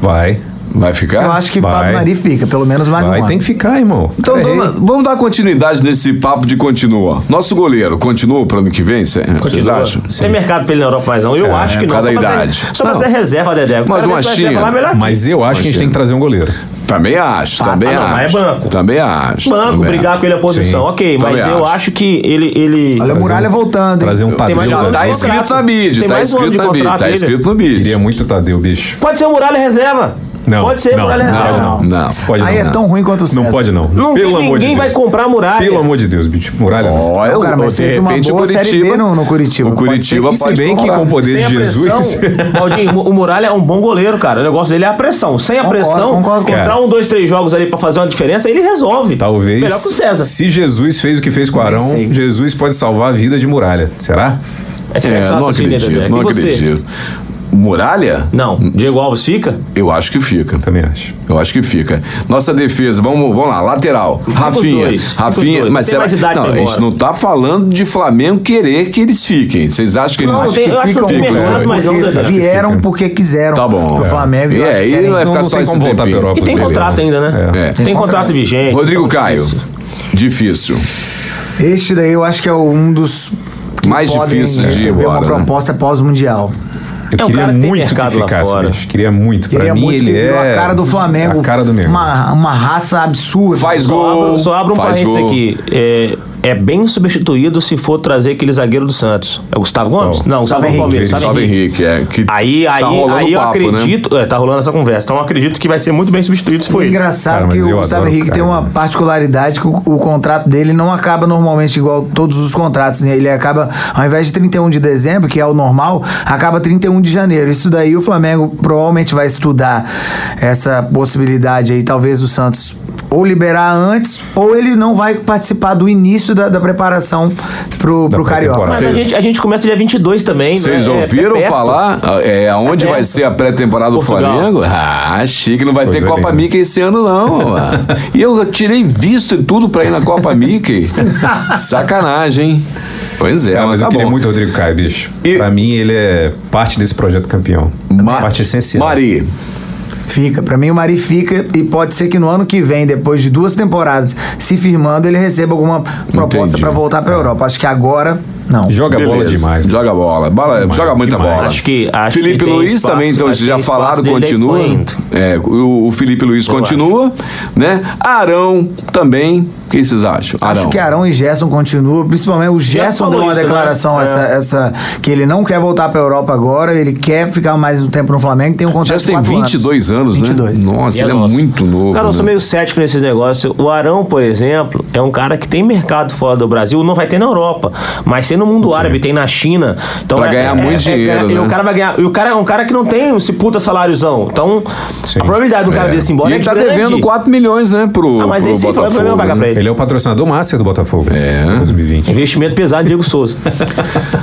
S4: Vai,
S1: Vai ficar?
S5: Eu acho que
S4: Vai.
S5: Pablo Mari fica, pelo menos mais um
S4: vai,
S5: ano.
S4: tem que ficar, irmão.
S1: Então
S3: é
S4: Cara,
S1: vamos,
S4: errei.
S1: vamos dar continuidade nesse papo de continua. Nosso goleiro continua pro ano que vem, cê- vocês
S3: Continua.
S1: acham?
S3: Tem mercado pra ele na Europa mais não? Eu acho que
S1: por
S3: não.
S1: causa
S3: só
S1: da
S3: pra ter-
S1: idade.
S3: Só pra
S1: Não.
S3: ser reserva, Dedé. O
S1: Mas
S3: cara
S1: uma
S3: deve ser
S1: China.
S3: reserva lá, melhor que
S4: Mas eu acho que a gente tem que trazer um goleiro.
S1: Também acho, também
S3: ah,
S1: acho.
S3: não, mas é banco.
S1: Também acho.
S3: banco,
S1: também
S3: brigar
S1: acho.
S3: com ele a posição.
S4: Sim.
S3: Ok, mas
S1: Também
S3: eu
S1: acho.
S3: acho que ele. ele...
S5: Olha a muralha voltando.
S4: Trazer
S5: hein?
S4: um Tadeu.
S3: mais um
S1: Já
S4: da
S3: ano
S1: tá
S3: de
S4: vida.
S1: escrito
S3: contrato.
S1: na mídia,
S3: Tem
S1: tá
S3: mais um ano
S1: escrito
S3: de
S1: na mídia,
S3: contrato
S1: tá
S3: dele. é um
S1: escrito no mídia.
S4: Queria muito o Tadeu, bicho.
S3: Pode ser o muralha reserva.
S4: Não.
S3: Pode ser
S4: não,
S3: muralha reserva.
S4: Não, não.
S1: Não.
S4: Pode
S5: Aí
S4: não.
S5: é tão ruim quanto o César.
S4: Não pode não.
S3: Não
S4: Pelo
S3: tem
S4: amor de
S3: ninguém
S4: Deus.
S3: vai comprar a muralha.
S4: Pelo amor de Deus, bicho. Muralha. não.
S1: Olha,
S5: Cara, mas
S1: de
S5: teve uma
S1: repente o
S5: boa Série B
S1: Curitiba.
S5: no- no Curitiba.
S1: O
S5: Pode
S1: Curitiba
S5: ser
S1: pode,
S5: que
S4: Se bem que com o poder
S3: Sem
S4: de
S3: a
S4: Jesus.
S3: pressão, Maldinho, o Muralha é um bom goleiro, cara. O negócio dele é a pressão. Sem a
S5: Concordo,
S3: pressão,
S5: concordo com
S4: você.
S3: entrar um, dois, três jogos ali pra fazer uma diferença, ele resolve.
S4: Talvez.
S3: Melhor que o César.
S4: Se Jesus fez o que fez com Arão,
S5: sei.
S4: Jesus pode salvar a vida de muralha. Será?
S3: É,
S1: É,
S3: sensacional
S1: não
S3: assim, né,
S1: acredito,
S3: Dedé?
S1: não
S3: E você?
S1: acredito. Muralha?
S3: Não. Diego Alves fica?
S1: Eu acho que fica.
S4: Também acho.
S1: Eu acho que fica. Nossa defesa, vamos, vamos lá, lateral. Rafinha.
S3: dois, fica os
S1: Rafinha,
S3: dois.
S1: mas
S3: Tem
S1: será-
S3: mais idade
S1: não,
S3: pra ir
S1: a gente
S3: embora.
S1: não tá falando de Flamengo querer que eles fiquem. Vocês acham que eles
S3: Não, tem- eu acho que
S1: ficam?
S3: tem
S1: Ficam,
S3: mercado,
S1: ficam.
S3: mas- não,
S5: Porque
S3: Daniel.
S5: vieram porque quiseram.
S1: Tá bom,
S5: O
S1: é.
S5: Flamengo eu
S1: E
S5: acho que
S1: aí
S5: querem-
S1: vai
S4: não-
S1: ficar
S4: não
S1: só
S4: tem
S1: esse
S4: como voltar pra
S1: tempinho.
S4: Europa.
S3: E tem
S4: Beleza.
S3: contrato ainda, né?
S1: É.
S3: Tem, contrato vigente.
S1: Rodrigo
S3: então,
S1: Caio.
S3: difícil.
S1: Difícil.
S5: Este daí eu acho que é um dos que
S1: Mais
S5: podem
S1: difícil de ir
S5: receber
S1: embora,
S5: uma
S1: né?
S5: proposta pós-mundial.
S4: Eu
S3: É um
S4: queria
S3: cara que tem
S4: muito que
S3: mercado lá
S4: ficasse,
S3: fora.
S4: bicho. Queria muito. Pra
S5: Queria
S4: mim,
S5: muito
S4: ele
S5: que virou
S4: é
S5: a cara do Flamengo.
S4: A cara do Mengão.
S5: Uma, uma raça absurda.
S1: Faz
S5: Só
S1: gol.
S5: abro-
S3: Só abro um
S1: Faz
S3: parênteses
S1: gol.
S3: aqui. É, é bem substituído se for trazer aquele zagueiro do Santos. É o Gustavo Gomes?
S4: Qual?
S3: Não, o Gustavo
S5: Henrique.
S3: Palmeiras.
S1: Salve Henrique, é. Que
S3: Aí, aí,
S1: tá rolando
S3: aí eu
S1: papo, né?
S3: acredito. É, tá rolando essa conversa. Então eu acredito que vai ser muito bem substituído se for ele.
S5: Engraçado
S4: Cara, mas
S5: que
S4: eu
S5: o
S4: adoro
S5: Gustavo Henrique
S4: o cara,
S5: tem uma
S4: né?
S5: particularidade que o, o contrato dele não acaba normalmente igual todos os contratos. né? Ele acaba, ao invés de 31 de dezembro, que é o normal, acaba 31 de janeiro. Isso daí o Flamengo provavelmente vai estudar essa possibilidade aí, talvez o Santos ou liberar antes, ou ele não vai participar do início da, da preparação pro, pro Carioca.
S4: pré-temporada.
S3: Mas
S4: Sei.
S3: a gente, a gente começa dia 22 também.
S1: Vocês
S3: né? É,
S1: ouviram
S3: é perto.
S1: falar é, aonde
S3: É perto.
S1: vai ser a pré-temporada do
S3: Portugal.
S1: Flamengo? Ah, chique, não vai
S4: Coisa
S1: ter Copa
S4: linda.
S1: Mickey esse ano, não. mano. e eu tirei visto e tudo pra ir na Copa Mickey. Sacanagem, hein? Pois é,
S4: É,
S1: mas
S4: mas
S1: tá
S4: eu queria
S1: bom.
S4: muito o Rodrigo Caio, bicho.
S1: E-
S4: Pra mim, ele é parte desse projeto campeão.
S1: Ma-
S4: parte essencial.
S1: Mari,
S5: Fica. Pra mim, o Mari fica e pode ser que no ano que vem, depois de duas temporadas se firmando, ele receba alguma proposta
S1: Entendi. É.
S5: pra voltar pra Europa. Acho que agora, não.
S4: Joga bola
S1: beleza.
S4: demais. mano.
S1: Joga bola, bola
S4: Demais,
S1: joga muita
S4: demais.
S1: bola.
S3: Acho que- acho
S1: Felipe
S3: que tem
S1: Luiz
S3: espaço,
S1: também, então
S3: acho
S1: vocês
S3: que
S1: já
S3: tem
S1: falaram,
S3: espaço dele da
S1: continua.
S3: Espanha ainda.
S1: É, o, o Felipe Luiz continua, né? Arão também. O que vocês acham?
S5: Acho que é Arão e Gerson continuam, principalmente o Gerson
S3: falou
S5: deu uma
S3: isso, né?
S5: declaração
S3: É.
S5: essa, essa que ele não quer voltar pra Europa agora, ele quer ficar mais um tempo no Flamengo, tem um contrato
S1: Gerson
S5: de
S1: tem
S5: quatro
S1: 22 anos, né?
S5: 22.
S1: Nossa,
S3: E
S1: ele é
S3: nosso.
S1: muito novo.
S3: Cara, eu
S1: né?
S3: sou meio cético nesse negócio. O Arão, por exemplo, é um cara que tem mercado fora do Brasil, não vai ter na Europa, mas tem no mundo árabe, tem na China. Então
S1: Pra
S3: é-
S1: ganhar
S3: é-
S1: muito
S3: é-
S1: dinheiro,
S3: é- e
S1: né?
S3: o cara vai ganhar. E o cara é um cara que não tem esse puta saláriozão. Então,
S4: Sim.
S3: a probabilidade do cara
S1: É.
S3: desse embora
S1: E
S3: é
S1: ele tá
S3: grande.
S1: devendo 4 milhões, né, pro,
S3: Ah, mas
S1: pro
S3: aí sim, foi o
S1: Botafogo.
S3: problema pagar pra
S1: né?
S3: ele.
S4: Ele é o patrocinador master do Botafogo.
S1: É.
S4: do Sub-20.
S3: Investimento pesado, Diego Souza.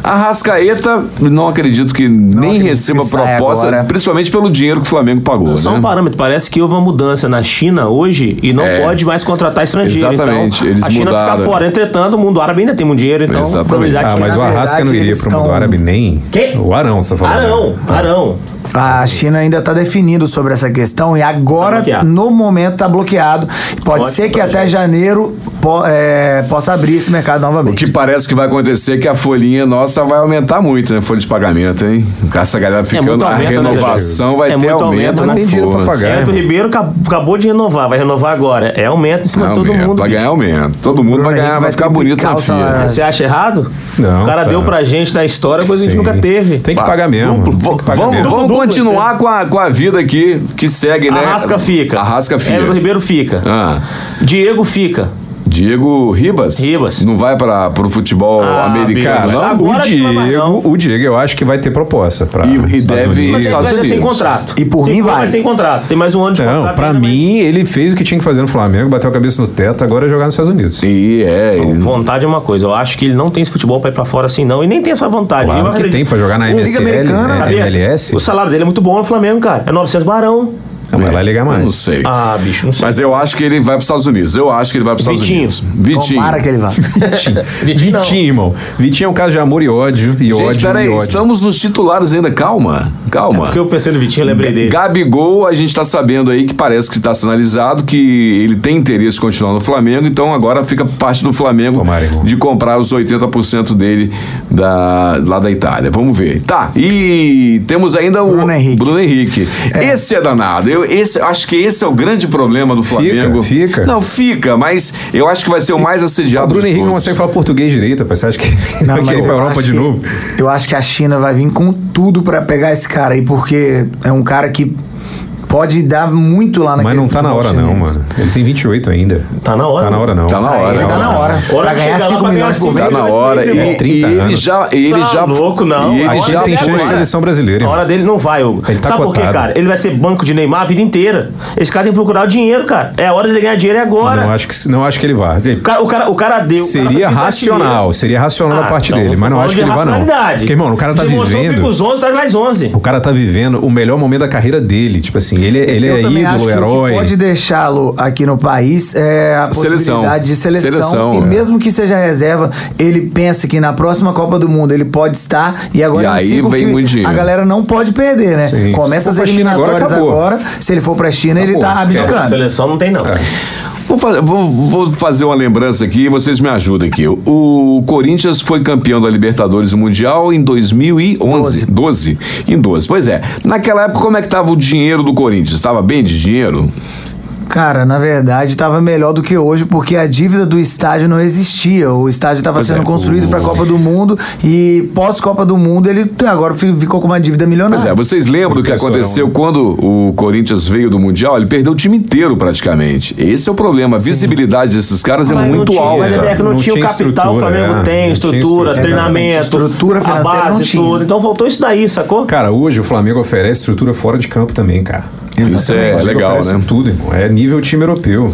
S1: Arrascaeta, não acredito que nem
S5: acredito
S1: receba
S5: que saia
S1: proposta,
S5: agora.
S1: principalmente pelo dinheiro que o Flamengo pagou,
S3: Só um
S1: né?
S3: parâmetro, parece que houve uma mudança na China hoje e não
S1: É.
S3: pode mais contratar estrangeiro.
S1: Exatamente,
S3: Então,
S1: eles
S3: a China
S1: mudaram.
S3: fica fora. Entretanto, o mundo árabe ainda tem muito dinheiro, então
S1: Exatamente.
S3: a probabilidade
S4: Ah,
S3: de-
S4: mas
S5: na
S4: o né? Arrasca
S5: verdade,
S4: não iria
S5: eles
S4: pro mundo
S5: estão-
S4: árabe nem.
S3: Quê?
S4: O Arão, você tá falou.
S3: Arão, Arão. É
S5: A China ainda está definindo sobre essa questão e agora,
S3: Tá bloqueado.
S5: no momento, está bloqueado. Pode
S3: Pode
S5: ser que
S3: tá
S5: até janeiro po- é, possa abrir esse mercado novamente.
S1: O que parece que vai acontecer é que a folhinha nossa vai aumentar muito, né? Folha de pagamento, hein? Essa galera ficando,
S3: muito
S1: a
S3: aumento, né,
S1: renovação
S3: Diego?
S1: vai
S3: É
S1: ter aumento,
S3: muito aumento,
S1: não
S3: né?
S1: tem dinheiro pra pagar.
S4: pagar,
S3: Certo, o
S4: irmão.
S3: Ribeiro acab- acabou de renovar, vai renovar agora. É aumento em cima de todo mundo.
S1: vai
S3: bicho.
S1: ganhar aumento. Todo mundo vai
S5: Bruno
S1: ganhar,
S5: Henrique
S1: vai
S5: vai
S1: ficar bonito
S5: triplicar
S1: na
S5: o salário.
S1: fia.
S3: Você acha errado?
S4: Não,
S3: O cara
S4: tá.
S3: deu pra gente na história coisa que a gente
S4: Sim.
S3: nunca teve.
S4: Tem que
S1: Pá,
S4: pagar mesmo.
S1: duplo.
S4: Tem
S1: Vamos,
S4: que pagar
S1: vamos,
S4: mesmo.
S1: vamos
S3: Duplo,
S1: continuar com a, com a vida aqui, que segue, né?
S3: Arrasca fica.
S1: Arrasca fica.
S3: Everton Ribeiro fica.
S1: Ah,
S3: Diego fica.
S1: Diego Ribas?
S3: Ribas.
S1: Não vai para pro futebol
S3: Ah,
S1: americano,
S3: Bia,
S1: não?
S3: agora-
S4: O
S3: Bora que não vai mais,
S4: Diego,
S3: não.
S4: o Diego, eu acho que vai ter proposta pra.
S1: E- e
S4: Estados
S1: deve-
S4: Unidos.
S1: Nos
S3: Mas
S1: Estados
S3: vai sem
S1: Unidos.
S3: contrato.
S5: E por
S3: Se
S5: mim
S3: for,
S5: vai.
S3: sem contrato. Tem mais um ano de
S4: Não,
S3: contrato.
S4: Então, pra
S3: ainda, mas
S4: mim, ele fez o que tinha que fazer no Flamengo, bateu a cabeça no teto, agora é jogar nos Estados Unidos.
S1: E é, ele-
S3: Vontade é uma coisa. Eu acho que ele não tem esse futebol pra ir pra fora assim, não. E nem tem essa vontade. Eu
S4: Claro que
S3: acredito-
S4: tem pra jogar na
S5: Liga
S4: MSL,
S5: Americana,
S4: né,
S3: Cabeça,
S4: MLS.
S3: O salário dele é muito bom no Flamengo, cara. É 900 barão.
S4: Ah, mas vai ligar
S1: Eu Não
S4: mais.
S1: sei.
S3: Ah, bicho, não sei.
S1: Mas eu acho que ele vai para os Estados Unidos. Eu acho que ele vai para os Estados
S3: Vitinho.
S1: Unidos. Vitinho.
S5: Tomara que ele vá.
S4: Vitinho.
S3: Vitinho não.
S4: Vitinho, irmão. Vitinho é um caso de amor e ódio. E
S1: Gente,
S4: ódio
S1: peraí,
S4: e ódio.
S1: estamos nos titulares ainda. Calma, calma.
S3: Porque eu pensei no Vitinho, eu lembrei dele.
S1: Gabigol, a gente tá sabendo aí que parece que está sinalizado que ele tem interesse em continuar no Flamengo, então agora fica parte do Flamengo
S4: Tomara, irmão.
S1: de comprar os 80% dele da- lá da Itália. Vamos ver. Tá, e temos ainda o
S5: Bruno Henrique.
S1: Bruno Henrique. Esse é danado. Eu esse, acho que esse é o grande problema do Flamengo.
S4: fica.
S1: Não, fica, mas eu acho que vai ser o mais assediado
S4: O Bruno
S1: de
S4: Henrique não
S1: todos.
S4: consegue falar português direito, rapaz. Você acha que
S5: Não,
S4: vai
S5: mas
S4: querer ir pra
S5: eu
S4: Europa
S5: acho
S4: de
S5: que-
S4: novo?
S5: Eu acho que a China vai vir com tudo pra pegar esse cara aí, porque é um cara que Pode dar muito lá naquele
S4: Mas não tá na
S5: futebol
S4: hora, não,
S5: chinês.
S4: mano. Ele tem 28 ainda.
S3: Tá na hora.
S4: Tá na hora, não.
S1: Tá na hora.
S5: Ele tá na hora.
S3: Hora
S5: Pra
S3: de chegar
S5: ganhar
S3: lá
S5: 5
S3: pra ganhar
S5: milhões por
S3: cinco
S1: Tá
S5: mês.
S1: na hora. E,
S4: irmão.
S1: e
S4: 30
S1: ele
S4: anos.
S1: já. Ele
S3: Tá
S1: já
S3: louco, não.
S1: E ele
S4: Aí
S3: Olha,
S1: já
S4: ele tem
S1: foi.
S4: chance de seleção brasileira.
S3: A
S4: irmão.
S3: hora dele não vai, Hugo.
S4: Ele tá
S3: Sabe por quê,
S4: cotado.
S3: cara? Ele vai ser banco de Neymar a vida inteira. Esse cara tem que procurar o dinheiro, cara. É a hora dele ganhar dinheiro é agora.
S4: Não acho que, não acho que ele vá. Ele-
S3: O cara, o cara, o cara deu. o cara
S4: Seria
S3: fez
S4: racional,
S3: artilheiro.
S4: seria racional da
S3: Ah,
S4: parte
S3: então
S4: dele, mas não
S3: tô
S4: acho que ele
S3: falando
S4: vai
S3: de
S4: não.
S3: racionalidade.
S4: Porque, irmão, o cara tá
S3: De emoção,
S4: vivendo.
S3: Fica os 11, traz mais 11.
S4: O cara tá vivendo o melhor momento da carreira dele. Tipo assim, ele, ele
S5: eu
S4: é
S5: também acho
S4: ídolo,
S5: que
S4: herói.
S5: o que pode deixá-lo aqui no país é a
S1: Seleção.
S5: possibilidade de seleção.
S1: Seleção,
S5: e
S1: é.
S5: mesmo que seja reserva, ele pensa que na próxima Copa do Mundo ele pode estar e agora
S1: E
S5: é um
S1: aí
S5: ciclo
S1: vem
S5: que
S1: muito dinheiro.
S5: a galera não pode perder, né?
S4: Sim. Se
S5: Começa
S4: for
S5: as
S4: pra China agora,
S5: eliminatórias
S4: acabou.
S5: agora, Se ele for pra China, ele tá
S4: Acabou,
S3: Não,
S5: abdicando.
S3: Seleção não tem, não.
S4: É,
S1: Vou fazer, vou- vou fazer uma lembrança aqui, vocês me ajudam aqui. O Corinthians foi campeão da Libertadores e Mundial em 2011. 12. Em 12. Pois é. Naquela época, como é que estava o dinheiro do Corinthians? Estava bem de dinheiro?
S5: Cara, na verdade, tava melhor do que hoje, porque a dívida do estádio não existia. O estádio tava
S1: Pois
S5: sendo
S1: é,
S5: construído
S1: o-
S5: pra Copa do Mundo e pós-Copa do Mundo ele t- agora fi- ficou com uma dívida
S1: Pois é,
S5: milionária.
S1: vocês lembram o que
S4: Impressionante.
S1: aconteceu quando o Corinthians veio do Mundial? Ele perdeu o time inteiro praticamente. Esse é o problema. A visibilidade desses caras é
S3: Mas
S1: muito
S3: não tinha,
S1: alta.
S3: Mas
S5: né?
S3: é que não,
S4: Não
S3: tinha o
S4: tinha
S3: capital, o
S4: estrutura,
S3: Flamengo
S4: é. Não
S3: tem,
S4: tinha
S3: estrutura,
S4: estrutura.
S3: treinamento,
S5: Estrutura financeira
S3: a base,
S5: não tinha.
S3: tudo. Então voltou isso daí, sacou?
S4: Cara, hoje o Flamengo oferece estrutura fora de campo também, cara.
S1: Isso é
S4: O Flamengo
S1: legal,
S4: oferece
S1: né?
S4: Tudo, irmão. É nível time europeu.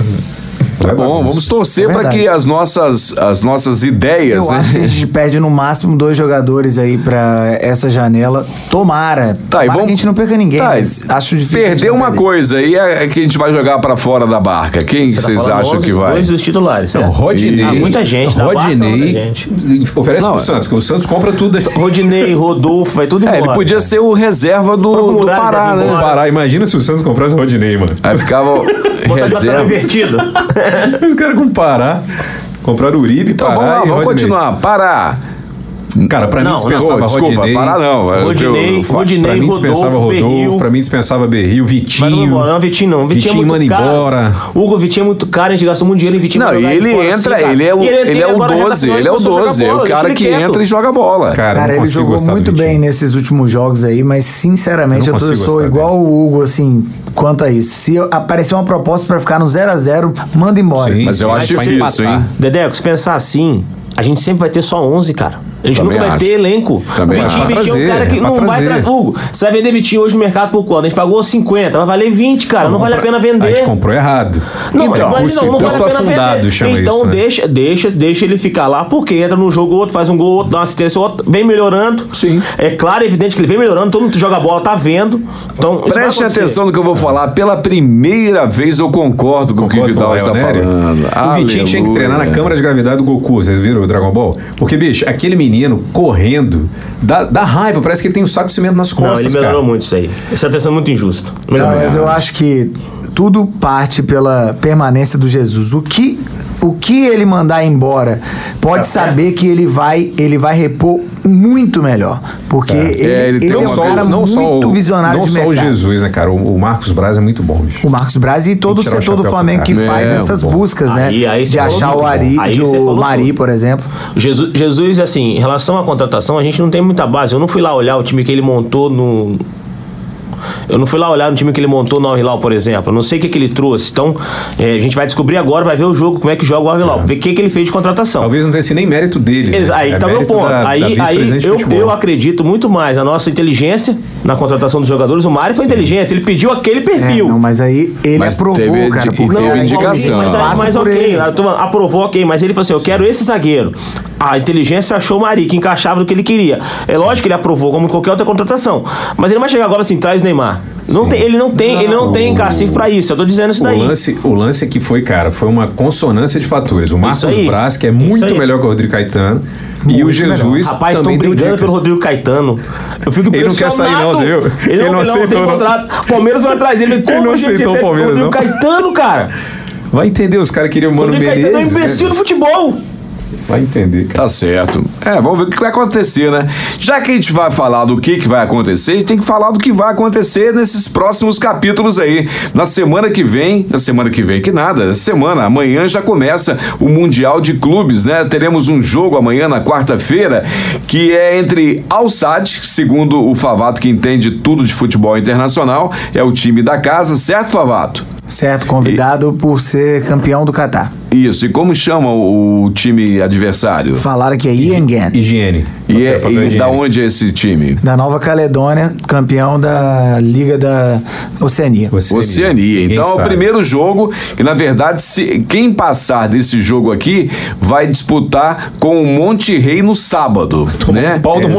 S1: Tá bom, vamos torcer
S5: É
S1: para
S5: verdade.
S1: que as nossas, as nossas ideias,
S5: Eu
S1: né?
S5: acho que a gente perde no máximo dois jogadores aí pra essa janela. Tomara.
S1: Tá, e
S5: Tomara
S1: vamos...
S5: que a gente não perca ninguém,
S1: Tá,
S5: mas acho difícil. a gente
S1: Perder
S5: não
S1: uma
S5: perder.
S1: coisa aí é que a gente vai jogar pra fora da barca. Quem que
S3: Tá
S1: vocês
S3: falando
S1: acham
S3: 11,
S1: que vai?
S3: Dois dos titulares.
S4: Não,
S3: certo?
S4: Rodinei.
S3: Ah, muita
S4: tá
S3: gente. da Barca, muita
S4: Rodinei
S3: gente.
S4: oferece
S1: Não,
S4: pro
S1: é-
S4: Santos, que o Santos compra tudo.
S3: Rodinei, Rodolfo, vai tudo embora.
S1: É, ele podia
S3: cara.
S1: ser o reserva
S3: Pra
S1: do, do
S3: muralha,
S1: Pará,
S3: pra
S1: né?
S3: muralha.
S4: Parar, imagina se o Santos comprasse o Rodinei, mano.
S1: Aí ficava o
S3: Botar de lateral
S1: reserva.
S3: invertido. É.
S4: Os caras com Pará. Compraram o Uribe,
S1: Então vamos
S4: Pará
S1: lá,
S4: e
S1: vamos
S4: Rodinei.
S1: continuar. Pará.
S4: Cara, pra
S3: Não,
S4: mim
S1: Ô,
S4: dispensava
S1: desculpa,
S4: Rodinei.
S1: Pará não. é o que eu-
S3: Rodinei,
S1: fa-
S3: Rodinei.
S4: Pra mim dispensava
S3: Rodolfo,
S4: Rodolfo,
S3: Berril.
S4: pra mim dispensava
S3: Mas
S4: Berril,
S3: não,
S4: Vitinho.
S3: embora. não, Vitinho não. Vitinho,
S4: Vitinho
S3: é muito
S4: manda
S3: caro.
S4: embora.
S3: Hugo, Vitinho é muito caro, a gente gastou muito dinheiro em Vitinho.
S1: Não,
S3: pra
S1: e
S3: jogar
S1: ele
S3: fora,
S1: entra,
S3: assim, cara.
S1: ele é o,
S3: E
S1: ele é
S3: tem
S1: o
S3: agora a reta
S1: 12,
S3: final,
S1: ele é o
S3: começou a jogar
S1: 12, é o
S3: bola, deixa
S1: cara
S3: ele
S1: que
S3: quieto.
S1: entra e joga bola.
S4: Cara,
S5: Cara,
S4: eu não
S5: ele
S4: consigo
S5: jogou
S4: gostar do
S5: muito
S4: Vitinho.
S5: bem
S3: né,
S5: nesses últimos jogos aí, mas
S4: Eu
S5: sinceramente eu,
S4: não
S5: tô-
S4: consigo
S5: sou
S4: gostar
S5: igual o Hugo, assim, quanto a isso. Se eu- aparecer uma proposta pra ficar no 0 a 0 manda embora.
S4: Sim,
S1: Mas eu
S4: mas
S1: acho
S4: pra
S1: difícil,
S4: empatar.
S1: hein?
S3: Dedeco, se pensar assim, a gente sempre vai ter só 11, cara. A gente
S1: Também
S3: nunca vai
S1: acho.
S3: ter elenco.
S1: Também
S3: o
S1: acho.
S3: Vitinho,
S1: É pra
S3: Vitinho é um
S4: trazer,
S3: cara que
S4: é pra
S3: não vai
S4: trazer.
S3: trazer. Hugo, você vai vender Vitinho hoje no mercado por quanto? A gente pagou 50, vai valer 20, cara. Não, vale a pena
S4: A gente
S3: vender.
S4: comprou errado.
S3: Não,
S4: Então,
S3: mas
S4: custo-
S3: não, não
S4: custo
S3: vale a pena
S4: afundado
S3: vender.
S4: chama
S3: então
S4: isso, né?
S3: deixa, deixa, deixa ele ficar lá, porque entra num jogo outro, faz um gol, outro, dá uma assistência, outro, vem melhorando.
S1: Sim.
S3: É claro, é evidente que ele vem melhorando, todo mundo que joga bola, tá vendo. Então, isso vai
S1: Preste
S3: acontecer.
S1: atenção no que eu vou falar. Pela primeira vez eu concordo com o que o
S4: Concordo com
S1: Vidal
S4: o
S1: está
S4: Leonel.
S1: falando.
S4: O Vitinho tinha que treinar na
S1: Aleluia.
S4: câmara de gravidade do Goku, vocês viram o Dragon Ball? Porque, bicho, aquele menino correndo, dá, dá raiva, parece que ele tem um saco de cimento nas
S3: Não,
S4: costas,
S3: ele melhorou
S4: cara. Tá, é-
S3: muito isso aí. Essa atenção é muito injusta.
S5: Não,
S3: Melhorou.
S5: Então, mas eu acho que tudo parte pela permanência do Jesus. O que, o que ele mandar embora,
S1: É.
S5: pode saber que ele vai, ele vai repor muito melhor. Porque ele,
S1: É, ele tem
S5: ele é
S1: uma
S5: um
S1: vez-
S5: cara
S4: não
S5: muito
S4: o-
S5: visionário
S4: Não
S5: de
S4: só
S5: mercado.
S4: o Jesus, né, cara? O, o Marcos Braz é muito bom, bicho.
S5: O Marcos Braz e todo o
S4: Tem que tirar o
S5: setor do
S4: chapéu pro
S5: Flamengo que
S1: cara.
S5: faz
S1: É,
S5: essas
S1: bom.
S5: buscas, né?
S3: Aí- aí você
S5: de
S3: falou
S5: achar
S3: tudo,
S5: o Ari,
S3: bom. Aí
S5: de
S3: você
S5: o
S3: falou
S5: Mari,
S3: tudo.
S5: por exemplo.
S3: Jesus, Jesus, assim, em relação à contratação, a gente não tem muita base. Eu não fui lá olhar o time que ele montou no. Eu não fui lá olhar no time que ele montou no Al-Hilal, por exemplo. Eu não sei o que, que ele trouxe. Então, eh, a gente vai descobrir agora, vai ver o jogo, como é que joga o Al-Hilal, ver o que, que ele fez de contratação.
S4: Talvez não tenha sido nem mérito dele. né?
S3: Exa- Aí
S4: É
S3: que tá o meu
S4: mérito
S3: ponto.
S4: da- da
S3: aí aí
S4: vice-presidente de
S3: eu,
S4: futebol.
S3: eu acredito muito mais na nossa inteligência, na contratação dos jogadores. O Mário foi inteligência, ele pediu aquele
S5: É,
S3: perfil.
S5: não, mas aí ele
S1: Mas
S5: aprovou,
S1: teve-
S5: cara. é
S1: e
S5: Porque
S1: teve
S5: aí-
S1: indicação.
S3: Mas, aí-
S5: Passa
S3: mas
S5: por
S3: ok, né?
S5: ele.
S3: eu tô- aprovou, ok, mas ele falou assim: eu quero esse zagueiro. A inteligência achou o Mari, que encaixava no que ele queria. É lógico que ele aprovou, como qualquer outra contratação. Mas ele não vai chegar agora assim, traz o Neymar. Não tem, ele não tem, ele não tem cacife pra isso. Eu tô dizendo isso
S4: O
S3: daí.
S4: lance, o lance que foi, cara, foi uma consonância de fatores. O Marcos
S3: aí.
S4: Braz, que é
S3: Isso
S4: muito
S3: aí.
S4: melhor que o Rodrigo Caetano, e o Jesus
S3: Rapaz, estão
S4: também deu
S3: brigando
S4: dicas.
S3: pelo Rodrigo Caetano. Eu fico
S4: Ele não quer sair, não,
S3: impressionado.
S4: você viu?
S3: Ele não, ele não aceitou.
S4: não.
S3: contrato. Palmeiras vai atrás dele. Como
S4: não
S3: a gente
S4: aceitou o
S3: aceita
S4: Palmeiras,
S3: Rodrigo
S4: não.
S3: Caetano, cara.
S4: Vai entender, os caras queriam o Mano
S5: tá
S3: Rodrigo Caetano é um
S4: Menezes.
S3: imbecil
S4: né?
S3: do futebol.
S4: Vai entender, cara.
S1: Tá certo. É, vamos ver o que vai acontecer, né? Já que a gente vai falar do que, que vai acontecer, a gente tem que falar do que vai acontecer nesses próximos capítulos aí. Na semana que vem, na semana que vem, que nada, semana, amanhã já começa o Mundial de Clubes, né? Teremos um jogo amanhã, na quarta-feira, que é entre Al Sadd, segundo o Favato, que entende tudo de futebol internacional, é o time da casa, certo, Favato?
S5: Certo, convidado por ser campeão do Catar.
S1: Isso, e como chama o, o time adversário?
S5: Falaram que é Ian Gann,
S4: Higiene.
S1: E, é-
S4: Papel
S1: e
S4: higiene.
S1: da onde é esse time?
S5: da Nova Caledônia, campeão da Liga da Oceania.
S4: Oceania.
S1: Oceania.
S4: Quem
S1: Então é o
S4: sabe?
S1: primeiro jogo e na verdade se- quem passar desse jogo aqui vai disputar com o Monte Rei no sábado, né?
S4: um Pau do Monte-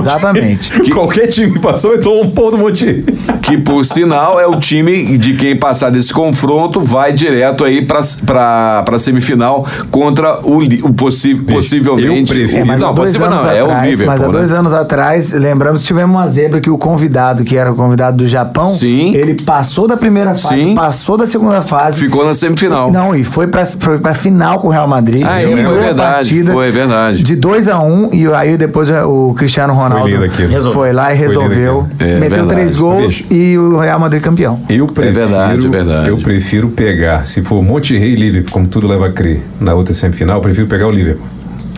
S5: Exatamente.
S4: Qualquer time passou e tomou um pau do Monte.
S1: Que por sinal é o time de quem passar desse confronto vai direto aí pra- pra pra semifinal contra o, li- o possi- possivelmente.
S4: prefiro- É,
S5: Mas há
S1: não,
S5: dois
S1: possível
S5: anos
S1: não, é
S5: atrás,
S1: o Liverpool.
S5: mas há
S1: né?
S5: dois anos atrás, lembramos que tivemos uma zebra que o convidado, que era o convidado do Japão,
S1: Sim.
S5: ele passou da primeira fase,
S1: Sim.
S5: passou da segunda fase.
S1: Ficou na semifinal.
S5: Não, e foi pra, foi pra final com o Real Madrid.
S1: Ah, é,
S5: virou
S1: é verdade,
S5: a partida
S1: foi, é verdade.
S5: De 2 a 1 um, e aí depois o Cristiano Ronaldo
S4: lindo aquilo.
S5: foi, lá e
S4: Foi lindo
S5: resolveu.
S1: aquilo. É
S5: meteu
S1: verdade.
S5: três gols
S4: Bicho.
S5: e o Real Madrid campeão.
S4: Eu prefiro,
S1: verdade, é verdade.
S4: Eu prefiro pegar, se for Monte Rei e Liverpool, como tudo leva a crer, na outra semifinal, eu prefiro pegar o Liverpool.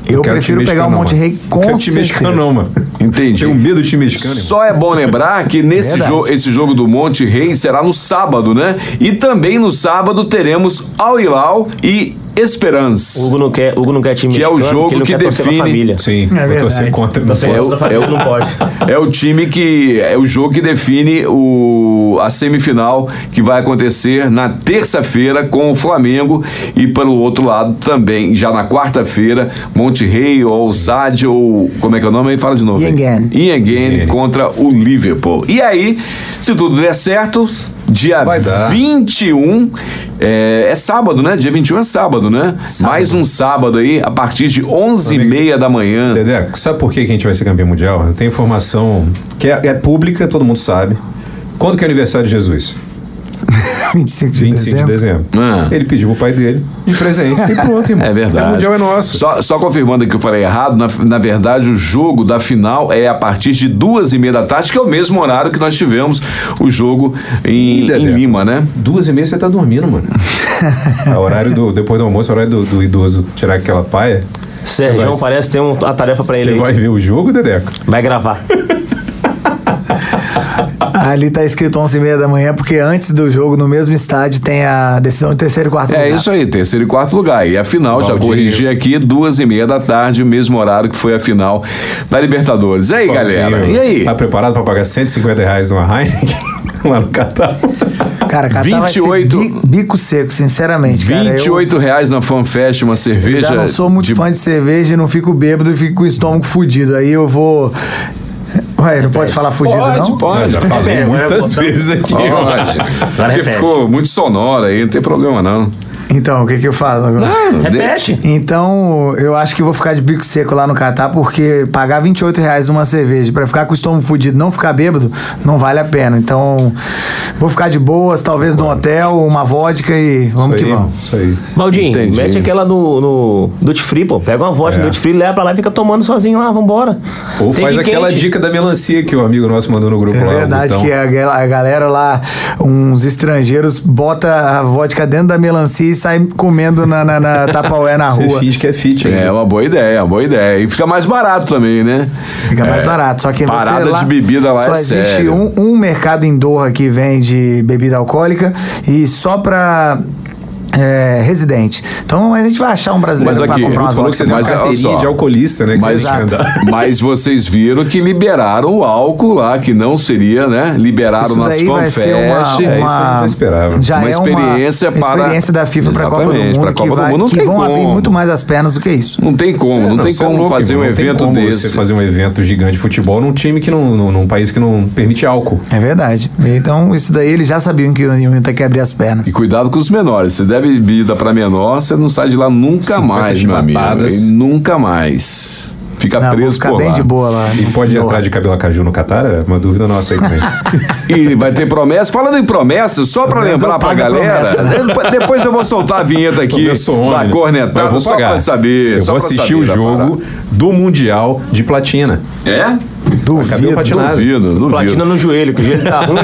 S5: Eu
S4: Não quero
S5: prefiro
S4: time
S5: pegar o
S4: mexicano, não,
S5: Monte
S4: mano.
S5: Rei com
S4: Não quero time mexicano,
S5: certeza.
S4: não, mano.
S1: Entendi.
S4: Tenho medo de time mexicano. irmão.
S1: Só é bom lembrar que nesse
S5: Verdade.
S1: jogo, esse jogo do Monte Rei será no sábado, né? E também no sábado teremos Al Hilal e
S3: O
S1: Esperança.
S3: Hugo não quer, o Hugo não quer time
S1: Que é o
S3: mexicano,
S1: jogo
S3: porque ele não
S1: que
S3: quer torcer pra
S1: define-
S3: família.
S4: Sim, eu
S5: É verdade. Tá
S4: torcer contra. não
S3: Torcer
S1: É o-
S3: pra família
S1: é o-
S3: não pode.
S1: É o time que é o jogo que define o, a semifinal que vai acontecer na terça-feira com o Flamengo e pelo outro lado também já na quarta-feira Monte Rei ou Sad ou como é que é o nome? aí? Fala de novo. aí.
S5: Iengen.
S1: Iengen contra o Liverpool. E aí, se tudo der certo, dia
S4: Vai dar.
S1: 21 é, é sábado, né? Dia 21 é sábado, né? Mais um sábado aí a partir de 11h30 da manhã.
S4: Dedé, sabe por que que a gente vai ser campeão mundial? Eu tenho informação que é, é pública, todo mundo sabe. Quando que é o aniversário de Jesus?
S5: 25
S4: 25
S5: de
S4: de
S5: dezembro.
S4: dezembro.
S1: Ah.
S4: Ele pediu pro pai dele de presente e pronto, irmão.
S1: É
S5: um
S1: verdade.
S4: O mundial é nosso.
S1: Só, só confirmando que eu falei errado, na, na verdade o jogo da final é a partir de duas e meia da tarde, que é o mesmo horário que nós tivemos o jogo em,
S4: Ih, Dedé.
S1: em Lima, né?
S4: Duas e meia você tá dormindo, mano. é o horário do. Depois do almoço, é o horário do, do idoso tirar aquela paia.
S3: Sérgio
S4: Vai-
S3: parece que tem um- uma tarefa pra ele
S4: Você
S3: aí.
S4: vai ver o jogo, Dedeco?
S3: Vai gravar.
S5: Ali tá escrito 11 e meia da manhã, porque antes do jogo, no mesmo estádio, tem a decisão de terceiro e quarto
S1: É
S5: lugar.
S1: isso aí, terceiro e quarto lugar. E a final, já
S4: Valdinho.
S1: corrigi aqui, duas e meia da tarde, o mesmo horário que foi a final da Libertadores. E aí, galera? E aí?
S4: Tá preparado pra pagar 150 reais numa Heineken? Lá no Catar.
S5: Cara, Catar
S1: 28
S5: vai ser bi- bico seco, sinceramente, cara. Eu-
S1: 28 reais na FanFest, uma cerveja.
S5: Já não sou muito
S1: de-
S5: fã de cerveja e não fico bêbado e fico com o estômago fudido. Aí eu vou. Ué, não pode falar fudido, não? é
S4: Eu já falei
S3: É,
S4: muitas
S3: agora
S4: vezes aqui.
S1: Pode. Porque
S3: repete.
S1: ficou muito sonora aí, não tem problema não.
S5: Então, o que, que eu faço agora?
S3: Repete.
S5: Então, eu acho que vou ficar de bico seco lá no Catar, porque pagar 28 reais numa cerveja pra ficar com o estômago fudido não ficar bêbado, não vale a pena. Então, vou ficar de boas, talvez no hotel, uma vodka e vamos
S4: Isso
S5: que
S4: aí,
S5: vamos.
S4: Isso aí.
S3: Valdinho,
S1: Entendi.
S3: mete aquela no, no Duty Free, pô. Pega uma vodka
S4: É.
S3: no Duty Free, leva pra lá e fica tomando sozinho lá, vambora.
S4: Ou
S3: Tem
S4: faz
S3: que
S4: aquela
S3: quente.
S4: dica da melancia que o amigo nosso mandou no grupo
S5: É
S4: lá. o
S5: verdade
S4: Gutão.
S5: que a, gal- a galera lá, uns estrangeiros, bota a vodka dentro da melancia e sai comendo na, na, na tapaué na
S4: Você
S5: rua.
S4: finge que é fit. hein?
S1: É uma boa ideia, uma boa ideia. E fica mais barato também, né?
S5: Fica mais
S1: É,
S5: barato. Só que você
S1: parada de
S5: lá-
S1: bebida lá
S5: só
S1: é
S5: existe
S1: sério.
S5: um, um mercado em Doha que vende bebida alcoólica e só pra. é, residente. Então a gente vai achar um brasileiro
S1: Mas
S5: pra
S1: aqui,
S5: comprar uma
S4: Tu falou que você
S5: vodka.
S4: tem uma
S1: Mas, olha
S4: carteirinha
S1: só.
S4: de alcoolista, né? Que
S1: Mas,
S4: você tem que andar.
S1: mas vocês viram que liberaram o álcool lá, que não seria, né? Liberaram
S5: Isso
S1: nas
S5: daí vai ser uma,
S1: fanfest.
S4: É, isso
S5: uma,
S4: eu já esperava.
S5: já
S1: Uma
S5: é
S1: experiência para-
S5: experiência da FIFA para a Copa do
S1: Exatamente,
S5: Mundo
S1: pra
S5: que,
S1: Copa do
S5: vai,
S1: Mundo não
S5: que
S1: tem
S5: vão abrir
S1: como.
S5: muito mais as pernas do que isso.
S1: Não tem como, não, tem
S4: você é
S1: como
S4: louco,
S1: fazer um
S4: irmão, não tem
S1: evento
S4: como
S1: desse.
S4: Você fazer um evento gigante de futebol num time que não, num, num país que não permite álcool.
S5: É verdade. Então isso daí eles já sabiam que o Inter quer abrir as pernas.
S1: E cuidado com os menores. Se der bebida pra menor, você não sai de lá nunca
S4: 50
S1: mais, meu amigo.
S4: chibatadas.
S1: E nunca mais. Fica
S5: Não, vou
S1: preso
S5: ficar
S1: por
S5: bem
S1: lá.
S5: de boa lá.
S4: E pode entrar de cabelo a caju no Catar? É uma dúvida nossa aí também.
S1: E vai ter promessa. Falando em promessa, só pra
S5: menos eu
S1: lembrar pra
S5: pago a
S1: galera.
S5: promessa,
S1: depois- Depois eu vou soltar a vinheta aqui
S4: né? Eu sou
S1: da
S4: homem. né? Mas eu
S1: cornetada,
S4: vou
S1: só
S4: pagar.
S1: pra saber.
S4: Eu
S1: só
S4: vou
S1: pra
S4: assistir
S1: saber
S4: o
S1: da
S4: jogo do Mundial de Platina.
S1: parada. É?
S5: Duvido.
S4: patinado.
S1: Duvido, duvido.
S3: Platina no joelho, que o joelho tá ruim.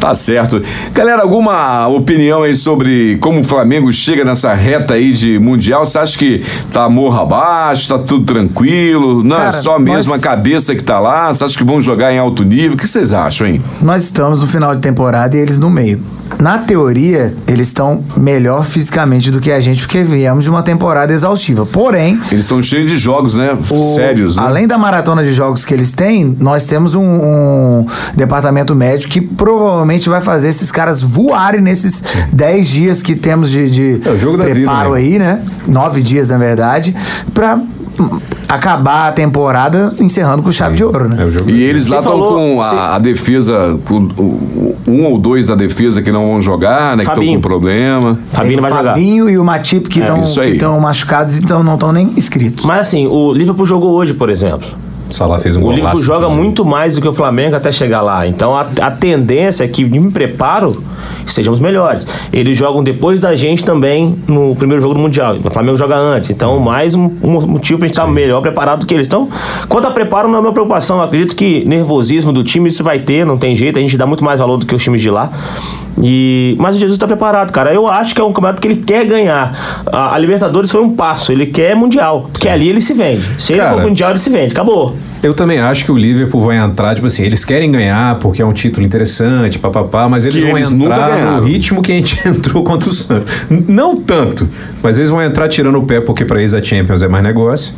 S1: Tá certo. Galera, alguma opinião aí sobre como o Flamengo chega nessa reta aí de Mundial? Você acha que tá morra abaixo, tá tudo tranquilo? Não, é
S5: Cara,
S1: só mesmo
S5: nós-
S1: a cabeça que tá lá? Você acha que vão jogar em alto nível? O que vocês acham, hein?
S5: Nós estamos no final de temporada e eles no meio. Na teoria, eles estão melhor fisicamente do que a gente, porque viemos de uma temporada exaustiva. Porém,
S1: Eles estão cheios de jogos, né?
S5: o-
S1: Sérios, né?
S5: além da maratona de jogos que eles têm, nós temos um, um departamento médico que provavelmente vai fazer esses caras voarem nesses 10 dias que temos de, de
S4: É o jogo da vida,
S5: preparo
S4: né?
S5: aí, né? Nove dias, na verdade, pra hum, acabar a temporada encerrando com chave de ouro,
S4: É
S5: né?
S4: o jogo.
S1: E eles lá
S3: Você
S1: estão
S3: falou-
S1: com
S3: você-
S1: a, a defesa, com o- o- um ou dois da defesa que não vão jogar, né? Que estão com
S3: Fabinho.
S1: problema.
S3: Fabinho
S5: Tem
S3: vai
S5: o
S3: jogar.
S5: Fabinho e o Matip que
S1: É, isso aí.
S5: estão machucados e tão, não estão nem inscritos.
S3: Mas assim, o Liverpool jogou hoje, por exemplo.
S4: Salah fez um
S3: O
S4: golaço.
S3: Liverpool joga
S4: inclusive.
S3: muito mais do que o Flamengo até chegar lá. Então a, a tendência é que, de me preparo, sejamos melhores. Eles jogam depois da gente também no primeiro jogo do Mundial. O Flamengo joga antes. Então, mais um, um motivo pra gente estar melhor preparado do que eles. Então, quanto a preparo, não é uma preocupação. Eu acredito que nervosismo do time isso vai ter, não tem jeito. A gente dá muito mais valor do que os times de lá. E, mas o Jesus está preparado, cara. Eu acho que é um campeonato que ele quer ganhar. A, a Libertadores foi um passo, ele quer Mundial. Porque ali ele se vende. Se ele
S4: Cara,
S3: for Mundial, ele se vende. Acabou.
S4: Eu também acho que o Liverpool vai entrar, tipo assim, eles querem ganhar porque é um título interessante, papapá, mas eles
S1: Que
S4: vão
S1: eles nunca
S4: entrar
S1: ganharam.
S4: no ritmo que a gente entrou contra o Santos. N- Não tanto, mas eles vão entrar tirando o pé porque pra eles a Champions é mais negócio.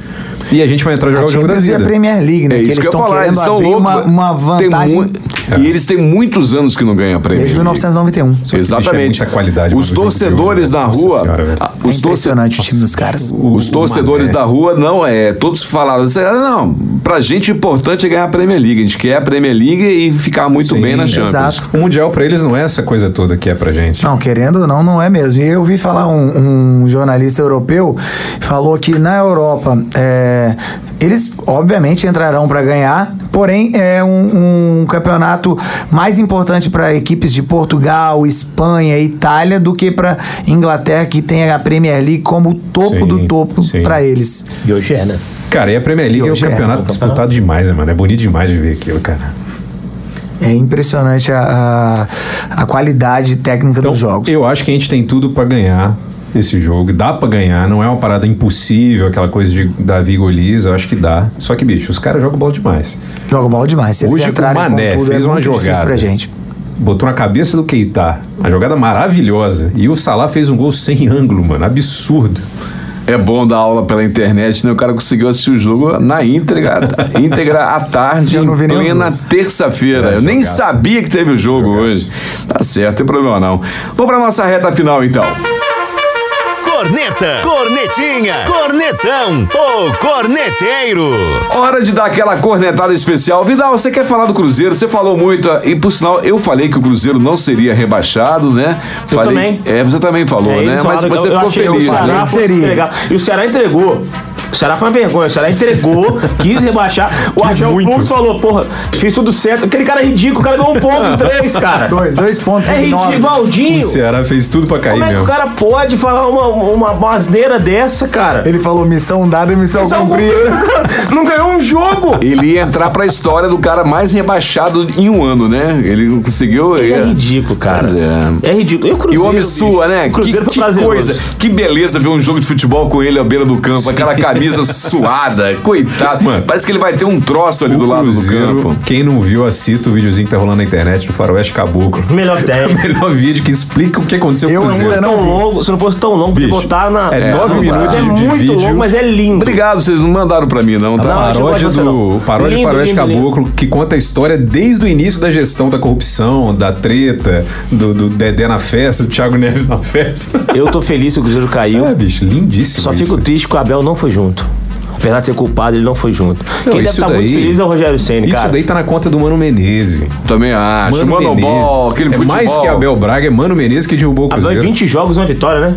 S4: E a gente vai entrar jogar
S5: A
S4: o jogo da
S5: Champions e a
S4: vida.
S5: Premier League, né?
S1: É
S5: que
S1: isso que eu ia
S5: tão
S1: falar,
S5: querendo
S1: eles estão
S5: abrir
S1: loucos.
S5: Uma, uma
S1: Tem
S5: vantagem
S1: mu- E eles têm muitos anos que não ganham a Premier
S5: desde
S1: League.
S5: 1991.
S4: Só que, bicho, é
S1: Exatamente.
S4: muita qualidade,
S1: os
S4: mano, o jogo de hoje,
S1: torcedores na
S4: né? Nossa
S1: rua,
S4: Senhora, velho.
S1: a-
S5: É
S1: os, torce-
S5: impressionante o time dos caras.
S1: os
S4: o
S1: torcedores
S4: Mané.
S1: da rua, não, é, todos falaram assim, "Ah, não, pra gente o importante é ganhar a Premier League, a gente quer a Premier League e ficar muito
S4: Sim,
S1: bem na Champions.
S5: Exato.
S4: O Mundial pra eles não é essa coisa toda que é pra gente.
S5: Não, querendo ou não, não é mesmo. E eu vi falar um, um jornalista europeu falou que na Europa é, eles obviamente entrarão para ganhar, porém é um, um campeonato mais importante para equipes de Portugal, Espanha, Itália do que para Inglaterra que tem a Premier League como o topo
S4: Sim,
S5: do topo
S4: sim.
S5: para eles.
S3: E hoje é, né?
S4: Cara, e a Premier League é um
S5: hoje é,
S4: campeonato
S5: né?
S4: disputado demais, né, mano? É bonito demais de ver aquilo, cara.
S5: É impressionante a, a, a qualidade técnica dos jogos.
S4: Então, Eu acho que a gente tem tudo pra ganhar esse jogo. Dá pra ganhar, não é uma parada impossível, aquela coisa de Davi Golias, eu acho que dá. Só que, bicho, os caras jogam bola demais.
S5: Joga bola demais. Se eles
S4: Hoje o
S5: entrarem com
S4: Mané
S5: tudo,
S4: fez
S5: é
S4: uma
S5: muito difícil
S4: jogada.
S5: pra gente.
S4: Botou na cabeça do Keita. Uma jogada maravilhosa. E o Salah fez um gol sem ângulo, mano. Absurdo.
S1: É bom dar aula pela internet, né? O cara conseguiu assistir o jogo na íntegra, íntegra à tarde,
S5: Eu não vi
S1: em
S5: nem os
S1: plena
S5: gols.
S1: terça-feira.
S4: É,
S1: Eu nem
S4: jogaço.
S1: sabia que teve o jogo hoje. Tá certo, não tem problema não. Vamos pra nossa reta final, então.
S2: Corneta, cornetinha, cornetão, o corneteiro.
S1: Hora de dar aquela cornetada especial. Vidal, você quer falar do Cruzeiro? Você falou muito. E, por sinal, eu falei que o Cruzeiro não seria rebaixado, né?
S3: Eu
S1: falei
S3: também.
S1: Que, é, você também falou,
S3: É,
S1: né?
S3: eles
S1: Mas
S3: falaram,
S1: você
S3: eu- eu
S1: ficou
S3: achei que
S1: feliz,
S3: o Ceará
S1: né?
S5: Não
S3: fosse
S5: seria.
S3: entregar. E o Ceará entregou. O Ceará foi uma vergonha. O Ceará entregou, quis rebaixar. O Argel
S4: muito.
S3: Fux falou, porra, fiz tudo certo. Aquele cara é ridículo, o cara ganhou um ponto em três, cara.
S5: Dois, dois pontos
S3: É
S5: em nove.
S3: ridículo, Aldinho.
S4: O Ceará fez tudo pra cair
S3: Como é que o
S4: mesmo.
S3: cara pode falar uma, uma basneira dessa, cara? é
S5: Ele falou missão dada e missão,
S3: Só
S5: cumprida.
S3: um- Não ganhou um jogo.
S1: Ele ia entrar pra história do cara mais rebaixado em um ano, né? Ele conseguiu.
S3: É ridículo, cara.
S1: Pois é.
S3: É ridículo. E o
S1: E
S3: Cruzeiro,
S1: o homem
S3: bicho?
S1: sua, né?
S3: O
S1: Que,
S3: Cruzeiro foi
S1: que
S3: prazeroso.
S1: coisa, que beleza ver um jogo de futebol com ele à beira do campo, aquela camisa suada, coitado.
S4: Mano.
S1: Parece que ele vai ter um troço ali do lado do campo.
S4: Quem não viu, assista o videozinho que tá rolando na internet do Faroeste Caboclo. É
S3: Melhor técnico.
S4: Melhor vídeo que explica o que aconteceu
S5: Eu
S4: com o
S5: ainda
S4: Cruzeiro.
S5: não
S3: tão longo, se não fosse tão longo,
S4: Bicho,
S3: porque botaram na.
S4: é nove
S3: não dá.
S4: minutos
S3: É
S4: de- de
S3: muito
S4: vídeo.
S3: longo, mas é lindo.
S1: Obrigado, vocês não mandaram pra mim, não, tá?
S3: Não, eu gosto de
S4: Paródia
S3: você,
S4: do
S3: não.
S4: paródia de
S3: Lindo,
S4: Faroeste
S3: lindo, lindo.
S4: Caboclo que conta a história desde o início da gestão da corrupção, da treta, do, do Dedé na festa, do Thiago Neves na festa.
S3: Eu tô feliz que o Cruzeiro caiu.
S4: É, bicho, lindíssimo.
S3: Só
S4: isso.
S3: fico triste que o Abel não foi junto. Apesar de ser culpado, ele não foi junto. Quem deve
S4: isso
S3: estar muito
S4: daí-
S3: feliz é o Rogério Ceni,
S4: Isso
S3: cara.
S4: daí tá na conta do Mano Menezes.
S1: Também acho. Mano, Ball, aquele
S4: é
S1: futebol.
S4: mais que Abel Braga, é Mano Menezes que derrubou o
S3: Abel em
S4: Cruzeiro.
S3: 20 jogos, uma vitória, né?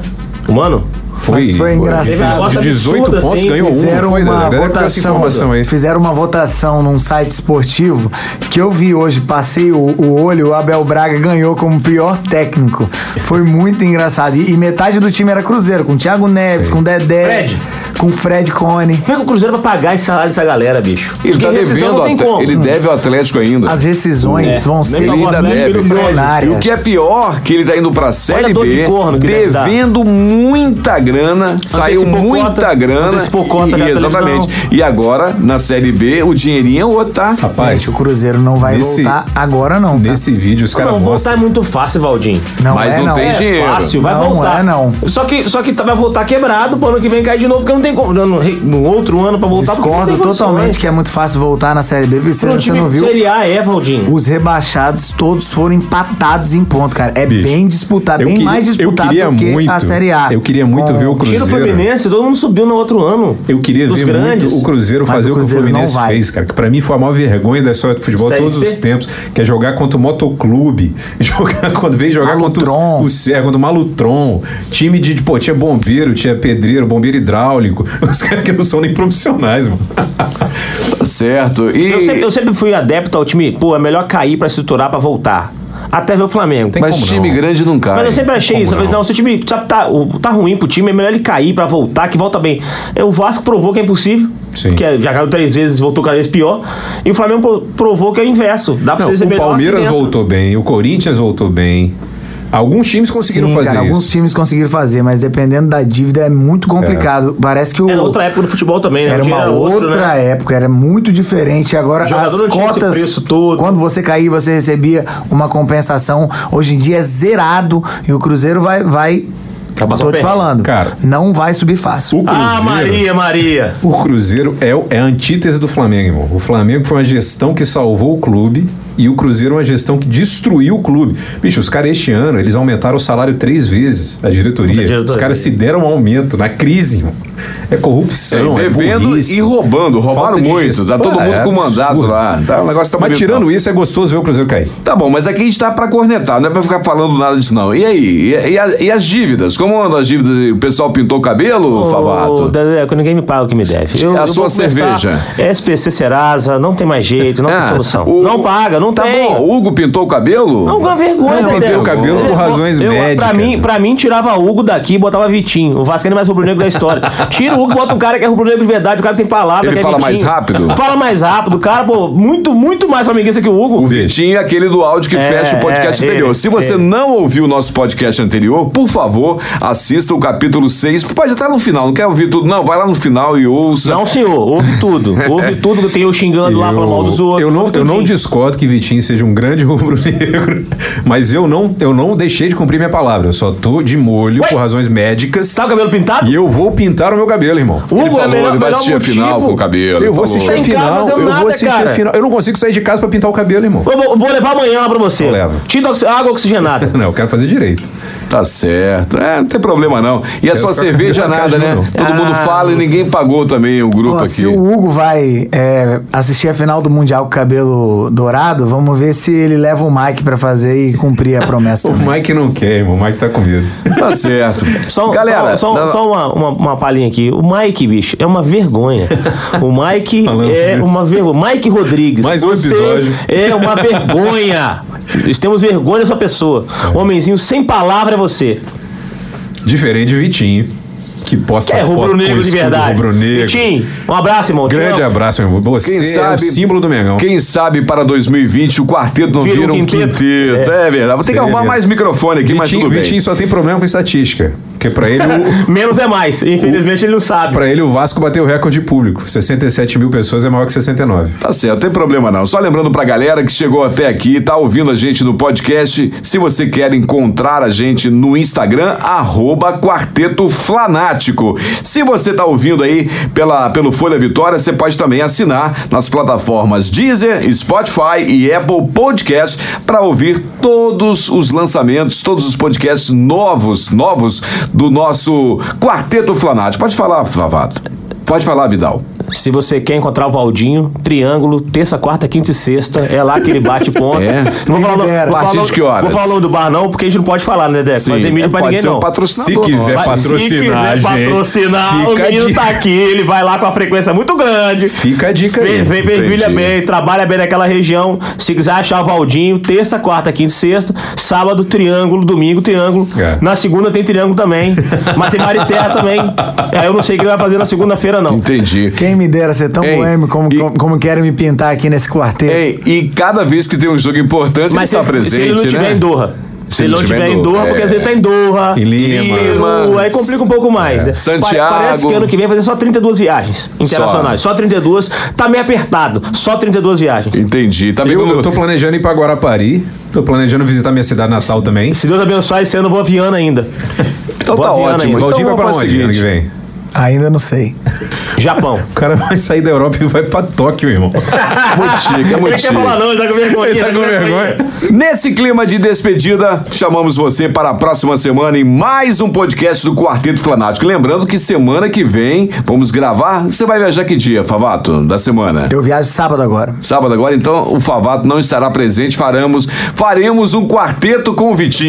S3: Humano?
S4: Foi,
S5: Mas foi engraçado.
S4: De 18
S3: Absurdo,
S4: pontos,
S3: assim,
S4: ganhou um.
S5: Fizeram
S4: Foi,
S5: uma,
S4: né? Deve ter essa
S5: votação,
S4: informação aí.
S5: fizeram uma votação num site esportivo que eu vi hoje, passei o, o olho, o Abel Braga ganhou como pior técnico. Foi muito engraçado. E, e metade do time era Cruzeiro, com Thiago Neves, com Dedé,
S3: Fred.
S5: com Fred Cone.
S3: Como é que o Cruzeiro vai pagar esse salário dessa galera, bicho?
S1: Ele
S3: Porque
S1: tá
S3: rescisão
S1: devendo,
S3: não tem
S1: até-
S3: como.
S1: ele deve ao Atlético ainda.
S5: As rescisões
S3: É,
S5: vão
S3: nem
S5: ser
S3: pra
S1: Ele ainda
S3: Atlético
S1: deve.
S3: virou
S1: E
S5: milionárias.
S1: o que é pior, que ele tá indo pra Série
S3: dor de
S1: B,
S3: corno que deve dar.
S1: devendo muita grana, saiu
S3: cota,
S1: muita grana.
S3: antecipou cota
S1: e,
S3: da
S1: exatamente.
S3: televisão.
S1: E agora, na Série B, o dinheirinho é outro, tá?
S4: Rapaz,
S5: Gente, o Cruzeiro não vai
S4: Nesse-
S5: voltar agora, não. tá?
S4: nesse vídeo os caras
S3: Não, voltar é
S4: mostram.
S3: muito fácil, Valdim.
S5: Não
S1: Mas
S5: é,
S1: não
S5: não.
S1: tem
S5: É
S1: dinheiro.
S3: Fácil, vai
S5: Não,
S3: voltar.
S5: é não.
S3: Só que, só que tá- vai voltar quebrado, pro ano que vem cair de novo, porque não tem como. No, no outro ano pra voltar porque não
S5: Discordo
S3: tem condições.
S5: totalmente que é muito fácil voltar na Série B, porque você,
S3: Pra um
S5: você
S3: time
S5: não viu.
S3: Série A é, Valdim.
S5: Os rebaixados todos foram empatados em ponto, cara. É
S4: Bicho,
S5: bem disputado,
S4: eu
S5: bem
S4: queria-
S5: mais
S4: eu
S5: disputado
S4: queria
S5: do que
S4: muito-
S5: a Série A.
S4: eu queria muito ver
S3: Tira
S4: o
S3: o
S4: Cruzeiro.
S3: Fluminense, todo mundo subiu no outro ano.
S4: Eu queria
S3: Dos
S4: ver
S3: grandes.
S4: muito o Cruzeiro
S5: Mas
S4: fazer
S5: o
S4: o,
S5: Cruzeiro
S4: que o
S5: não
S4: Fluminense
S5: vai.
S4: fez, cara. Que pra mim foi a maior vergonha da história do futebol
S3: Série
S4: todos
S3: C?
S4: os tempos, que é jogar contra o Motoclube, jogar quando veio jogar contra
S5: Malutron.
S4: o- o Serra, contra o Malutron, time de, de- pô, tinha bombeiro, tinha pedreiro, bombeiro hidráulico, os caras que não são nem profissionais, mano.
S1: Tá certo. E.
S3: Eu sempre, eu sempre fui adepto ao time, pô, é melhor cair pra se estruturar pra voltar. Até ver o Flamengo.
S4: Tem
S1: Mas
S4: como
S1: time
S4: não.
S1: grande não cai.
S3: Mas eu sempre achei isso. Eu falei, não, se o time sabe, tá, o- tá ruim pro time, é melhor ele cair pra voltar, que volta bem. É, O Vasco provou que é impossível.
S4: Sim.
S3: Que é- já caiu três vezes, voltou cada vez pior. E o Flamengo pro- provou que é o inverso. Dá pra
S4: Não,
S3: você ser
S4: o
S3: melhor. aqui
S4: Palmeiras
S3: dentro.
S4: voltou bem, o Corinthians voltou bem. Alguns times conseguiram
S5: Sim,
S4: fazer
S5: cara,
S4: isso.
S5: alguns times conseguiram fazer, mas dependendo da dívida é muito complicado. Parece que o
S3: Era outra época do futebol também, né? O
S5: era
S3: dinheiro
S5: uma
S3: outro,
S5: outra
S3: né?
S5: época, era muito diferente. Agora
S3: O jogador
S5: as
S3: não tinha esse
S5: cotas,
S3: preço todo.
S5: quando você caía, você recebia uma compensação. Hoje em dia é zerado e o Cruzeiro vai vai
S3: Tá passando
S5: Tô te
S3: perrengue.
S5: falando,
S4: Cara.
S5: não vai subir fácil.
S4: O
S3: Ah,
S4: Cruzeiro-
S3: Maria, Maria.
S4: O Cruzeiro é, o- é a antítese do Flamengo, irmão. O Flamengo foi uma gestão que salvou o clube e o Cruzeiro é uma gestão que destruiu o clube. Bicho, os caras este ano, eles aumentaram o salário três vezes, a diretoria.
S3: diretoria.
S4: Os caras se deram um aumento na crise, irmão. É corrupção,
S1: É,
S4: é,
S1: devendo
S4: burrice.
S1: e roubando. Roubaram
S4: Falta de
S1: muito.
S4: gestão.
S1: Tá todo
S4: Ah,
S1: mundo
S4: é
S1: com mandado
S4: absurdo.
S1: lá. Tá, o negócio tá
S4: Mas
S1: bonito,
S4: tirando
S1: não.
S4: isso, é gostoso ver o Cruzeiro cair.
S1: Tá bom, mas aqui a gente tá pra cornetar, não é pra ficar falando nada disso, não. E aí? E, e a- e as dívidas? Como andam as dívidas? O pessoal pintou o cabelo,
S3: Ô,
S1: Favato?
S3: Dedé, que ninguém me paga o que me deve.
S1: A sua
S3: vou começar
S1: cerveja.
S3: SPC Serasa, não tem mais jeito, não
S1: Ah,
S3: tem solução.
S1: o-
S3: Não paga, não
S1: tá
S3: tem.
S1: bom, o Hugo pintou o cabelo?
S3: Não, uma vergonha,
S4: Não,
S3: Dedé.
S4: pintei o cabelo por
S3: Eu-
S4: razões
S3: eu, Pra
S4: médicas.
S3: mim, pra mim, tirava Hugo daqui e botava Vitinho. O Vasco é mais rubro-negro da história. Tira o Hugo, bota um cara que é rubro-negro de verdade, o cara que tem palavra,
S1: Ele
S3: que é
S1: fala mais
S3: Vitinho.
S1: rápido?
S3: Fala mais rápido. O cara, pô, muito, muito mais flamenguista que o Hugo.
S1: O Vitinho é aquele do áudio que
S3: É,
S1: fecha o podcast
S3: é,
S1: anterior.
S3: ele,
S1: Se você
S3: ele.
S1: não ouviu o nosso podcast anterior, por favor, assista o capítulo 6. Pode estar tá no final, não quer ouvir tudo, não. Vai lá no final e ouça.
S3: Não, senhor, ouve tudo. Ouve tudo que tem eu xingando lá, falando mal dos outros.
S4: eu não,
S3: Ouve
S4: eu não
S3: tudinho.
S4: discordo que Vitinho seja um grande rubro-negro, mas eu não, eu não deixei de cumprir minha palavra. Eu só tô de molho
S3: Ué?
S4: por razões médicas
S3: Tá o cabelo pintado?
S4: e eu vou pintar o meu cabelo, irmão.
S3: Hugo
S1: Ele
S3: é
S1: falou,
S3: melhor,
S1: ele vai
S3: melhor
S1: assistir a final
S3: motivo.
S1: com o cabelo. ele
S4: Eu vou
S1: falou.
S4: assistir a
S3: Tá em casa
S4: final.
S3: fazendo
S4: Eu
S3: nada,
S4: vou assistir
S3: cara.
S4: a final. Eu não consigo sair de casa pra pintar o cabelo, irmão.
S3: Eu vou, eu vou levar amanhã lá pra você.
S1: Então
S4: Eu levo.
S3: Tinta oxi- água oxigenada.
S4: Não, eu quero fazer direito.
S1: Tá certo. É, não tem problema não. E a sua
S4: ficar com
S1: cerveja
S4: medo da
S1: nada, né?
S4: caju, não.
S1: Todo mundo
S3: Ah.
S1: fala e ninguém pagou também o grupo
S5: Ó,
S1: aqui.
S5: se o Hugo vai é, assistir a final do Mundial com cabelo dourado, vamos ver se ele leva o Mike pra fazer e cumprir a promessa.
S4: O
S5: também.
S4: Mike não quer, irmão. O Mike tá com medo.
S1: Tá certo.
S3: Só, um-
S1: Galera,
S3: só, só-
S1: dá-
S3: só uma, uma, uma palhinha aqui. O Mike, bicho, é uma vergonha. O Mike
S4: Falamos
S3: é
S4: isso.
S3: uma vergonha. Mike Rodrigues.
S4: Mais um
S3: você
S4: episódio.
S3: É uma vergonha. Nós temos vergonha da sua pessoa. Um Homenzinho sem palavra é você.
S4: Diferente de Vitinho, que posta
S3: Que é
S4: foto com o
S3: rubro-negro de
S4: escudo
S3: verdade.
S4: rubro-negro.
S3: Vitinho, um abraço, irmão. Te
S4: Grande
S3: amo.
S4: abraço, meu irmão. Você
S1: Quem sabe,
S4: é o símbolo do Mengão.
S1: Quem sabe para 2020 o quarteto não
S3: Vira um
S1: vira um quinteto.
S3: quinteto.
S1: É. verdade. Vou ter que
S4: Seria
S1: arrumar
S4: lindo.
S1: mais microfone aqui, mas
S4: Vitinho,
S1: tudo bem.
S4: Vitinho só tem problema com estatística. Porque pra ele, o,
S3: Menos é mais. Infelizmente ele não sabe.
S4: pra ele o Vasco bateu o recorde de público. 67 mil pessoas é maior que 69.
S1: Tá certo, tem problema não. Só lembrando pra galera que chegou até aqui, tá ouvindo a gente no podcast, se você quer encontrar a gente no Instagram, arroba Quarteto Flanático. Se você tá ouvindo aí pela, pelo Folha Vitória, você pode também assinar nas plataformas Deezer, Spotify e Apple Podcast para ouvir todos os lançamentos, todos os podcasts novos, novos do nosso Quarteto Flanático. Pode falar, Favato. Pode falar, Vidal.
S3: Se você quer encontrar o Valdinho, triângulo, terça, quarta, quinta e sexta. É lá que ele bate ponta.
S1: É?
S3: Não vou falar, o nome-
S5: Libera.
S3: vou falar
S1: Partido
S3: o-
S1: de que horas?
S3: Vou falar o nome do bar, não, porque a gente não pode falar, né, Deco? Mas
S1: Sim,
S3: é milho pra
S1: pode
S3: ninguém,
S1: ser um
S3: não.
S1: patrocinador.
S4: Se quiser
S1: Vai-
S4: patrocinar,
S3: Se quiser
S4: gente,
S3: patrocinar, o
S4: fica a
S3: menino
S4: dica.
S3: tá aqui, ele vai lá com a frequência muito grande.
S4: Fica a dica aí.
S3: Vem, vem fervilha
S1: Entendi.
S3: bem, trabalha bem naquela região. Se quiser achar o Valdinho, terça, quarta, quinta e sexta. Sábado, triângulo. Domingo, triângulo.
S4: É.
S3: Na segunda tem triângulo também. Mas tem mar e terra também. Aí eu não sei o que ele vai fazer na segunda-feira, não.
S1: Entendi.
S5: Quem me dera ser tão
S1: Ei,
S5: boêmio como,
S1: e-
S5: como, como querem me pintar aqui nesse quarteto.
S1: Ei, e cada vez que tem um jogo importante,
S3: Mas
S1: ele está
S3: se,
S1: presente,
S3: se ele não
S1: né?
S3: tiver em Doha. Se, ele não tiver em Doha, porque às vezes tá em Doha.
S4: Em Lima.
S3: Peru, Aí complica um pouco mais. né?
S1: Santiago.
S3: Pa- Parece que ano que vem vai fazer só 32 viagens internacionais. Só, 32. Tá meio apertado. Só 32 viagens.
S1: Entendi. Tá bem
S4: Eu,
S1: quando-
S4: eu tô planejando ir pra Guarapari. Tô planejando visitar minha cidade natal também.
S3: Se Deus abençoar, esse ano eu vou a Viana ainda.
S1: Então
S3: Boa
S1: tá
S3: Viana
S1: ótimo.
S3: aí.
S1: Então
S4: Valdinho
S1: vamos
S4: vai pra
S1: fazer o
S4: onde ano que
S1: seguinte.
S4: vem?
S5: Ainda não sei.
S3: então. Japão.
S4: O cara vai sair da Europa e vai pra Tóquio, irmão.
S1: Mutica,
S3: Ele quer falar
S1: mutica.
S3: não, ele tá com vergonha.
S4: Ele tá com vergonha.
S1: Nesse clima de despedida, chamamos você para a próxima semana em mais um podcast do Quarteto Fanático. Lembrando que semana que vem vamos gravar. Você vai viajar que dia, Favato? Da semana?
S5: Eu viajo sábado agora.
S1: Sábado agora, então o Favato não estará presente. Faremos, faremos um quarteto com o Vitinho.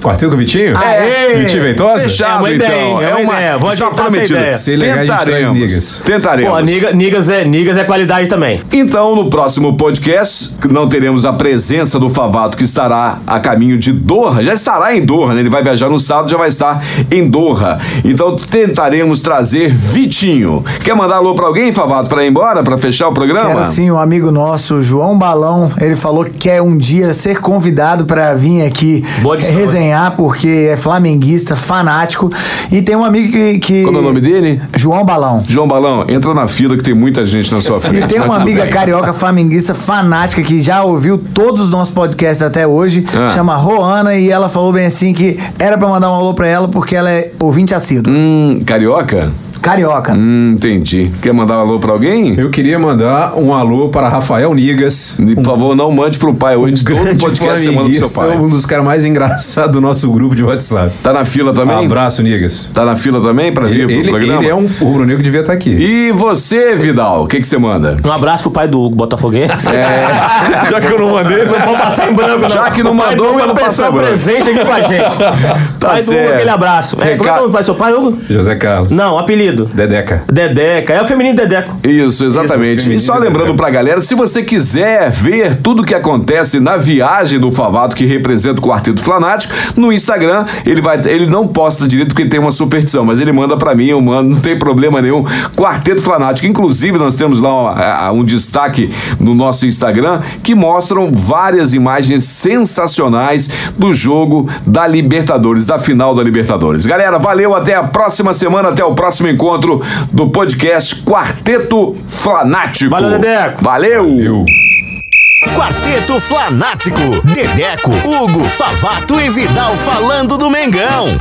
S1: Então,
S4: Quarteto com o Vitinho?
S5: Aê!
S4: Vitinho Ventosa?
S1: Ah, é? Fechado,
S3: é uma ideia,
S1: então.
S3: hein? É uma ideia. Vou
S1: está
S3: ajeitar essa
S1: prometido.
S3: ideia.
S4: Se ligar, a gente traz
S1: Tentaremos.
S4: Nigas.
S1: Tentaremos.
S3: Pô, Nigas, Nigas é, Nigas é qualidade também.
S1: Então, no próximo podcast, não teremos a presença do Favato, que estará a caminho de Doha. Já estará em Doha, né? Ele vai viajar no sábado, já vai estar em Doha. Então, tentaremos trazer Vitinho. Quer mandar alô pra alguém, Favato, pra ir embora, pra fechar o programa?
S5: Era sim, um amigo nosso, João Balão, ele falou que quer um dia ser convidado pra vir aqui
S3: Boa de
S5: eh,
S3: sorte.
S5: resenhar, porque é flamenguista, fanático. E tem um amigo que. que-
S1: Qual é o nome dele?
S5: João Balão.
S1: João Balão, entra na fila que tem muita gente na sua frente.
S5: E tem
S1: mas
S5: uma
S1: tudo
S5: amiga
S1: bem.
S5: carioca flamenguista fanática que já ouviu todos os nossos podcasts até hoje,
S1: Ah.
S5: chama Roana, e ela falou bem assim que era pra mandar um alô pra ela porque ela é ouvinte assíduo.
S1: Hum, carioca?
S5: Carioca.
S1: Hum, entendi. Quer mandar um alô pra alguém?
S4: Eu queria mandar um alô para Rafael Nigas.
S1: Por favor, não mande pro pai
S5: Um
S1: hoje. todo
S4: grande
S1: podcast você manda pro seu
S4: flamenguista,
S1: pai.
S4: um dos caras mais engraçados do nosso grupo de WhatsApp.
S1: Tá na
S5: Um
S1: fila também?
S4: Abraço, Nigas.
S1: Tá na fila também pra vir
S4: Ele,
S1: pro programa?
S4: ele é um rubro-negro que devia estar aqui.
S1: E você, Vidal, o que que você manda?
S3: Um abraço pro pai do Hugo, botafoguense.
S4: Já que eu não mandei, não
S3: Vamos passar em branco, não.
S1: É. Já que não
S3: O pai do
S1: mandou,
S3: Hugo
S1: eu não
S3: tá
S1: passo
S3: pensando
S1: em branco.
S3: presente aqui com a
S1: Tá
S3: gente. pai do Hugo,
S1: certo.
S3: aquele abraço. É, como é que é o nome do pai do seu pai, Hugo?
S4: José Carlos.
S3: Não, apelido.
S4: Dedeca.
S3: Dedeca. É o feminino Dedeco.
S1: Isso,
S4: Isso,
S1: exatamente.
S4: feminino,
S1: e só lembrando
S4: né?
S1: pra galera, se você quiser ver tudo que acontece na viagem do Favato, que representa o Quarteto Flanático, no Instagram, ele, vai, ele não posta direito porque tem uma superstição, mas ele manda pra mim, eu mando, não tem problema nenhum. Quarteto Flanático. Inclusive, nós temos lá ó, a- um destaque no nosso Instagram que mostram várias imagens sensacionais do jogo da Libertadores, da final da Libertadores. Galera, valeu, até a próxima semana, até o próximo encontro do podcast Quarteto Flanático.
S3: Valeu, Dedeco.
S1: Valeu.
S4: Eu.
S2: Quarteto Flanático, Dedeco, Hugo, Favato e Vidal falando do Mengão.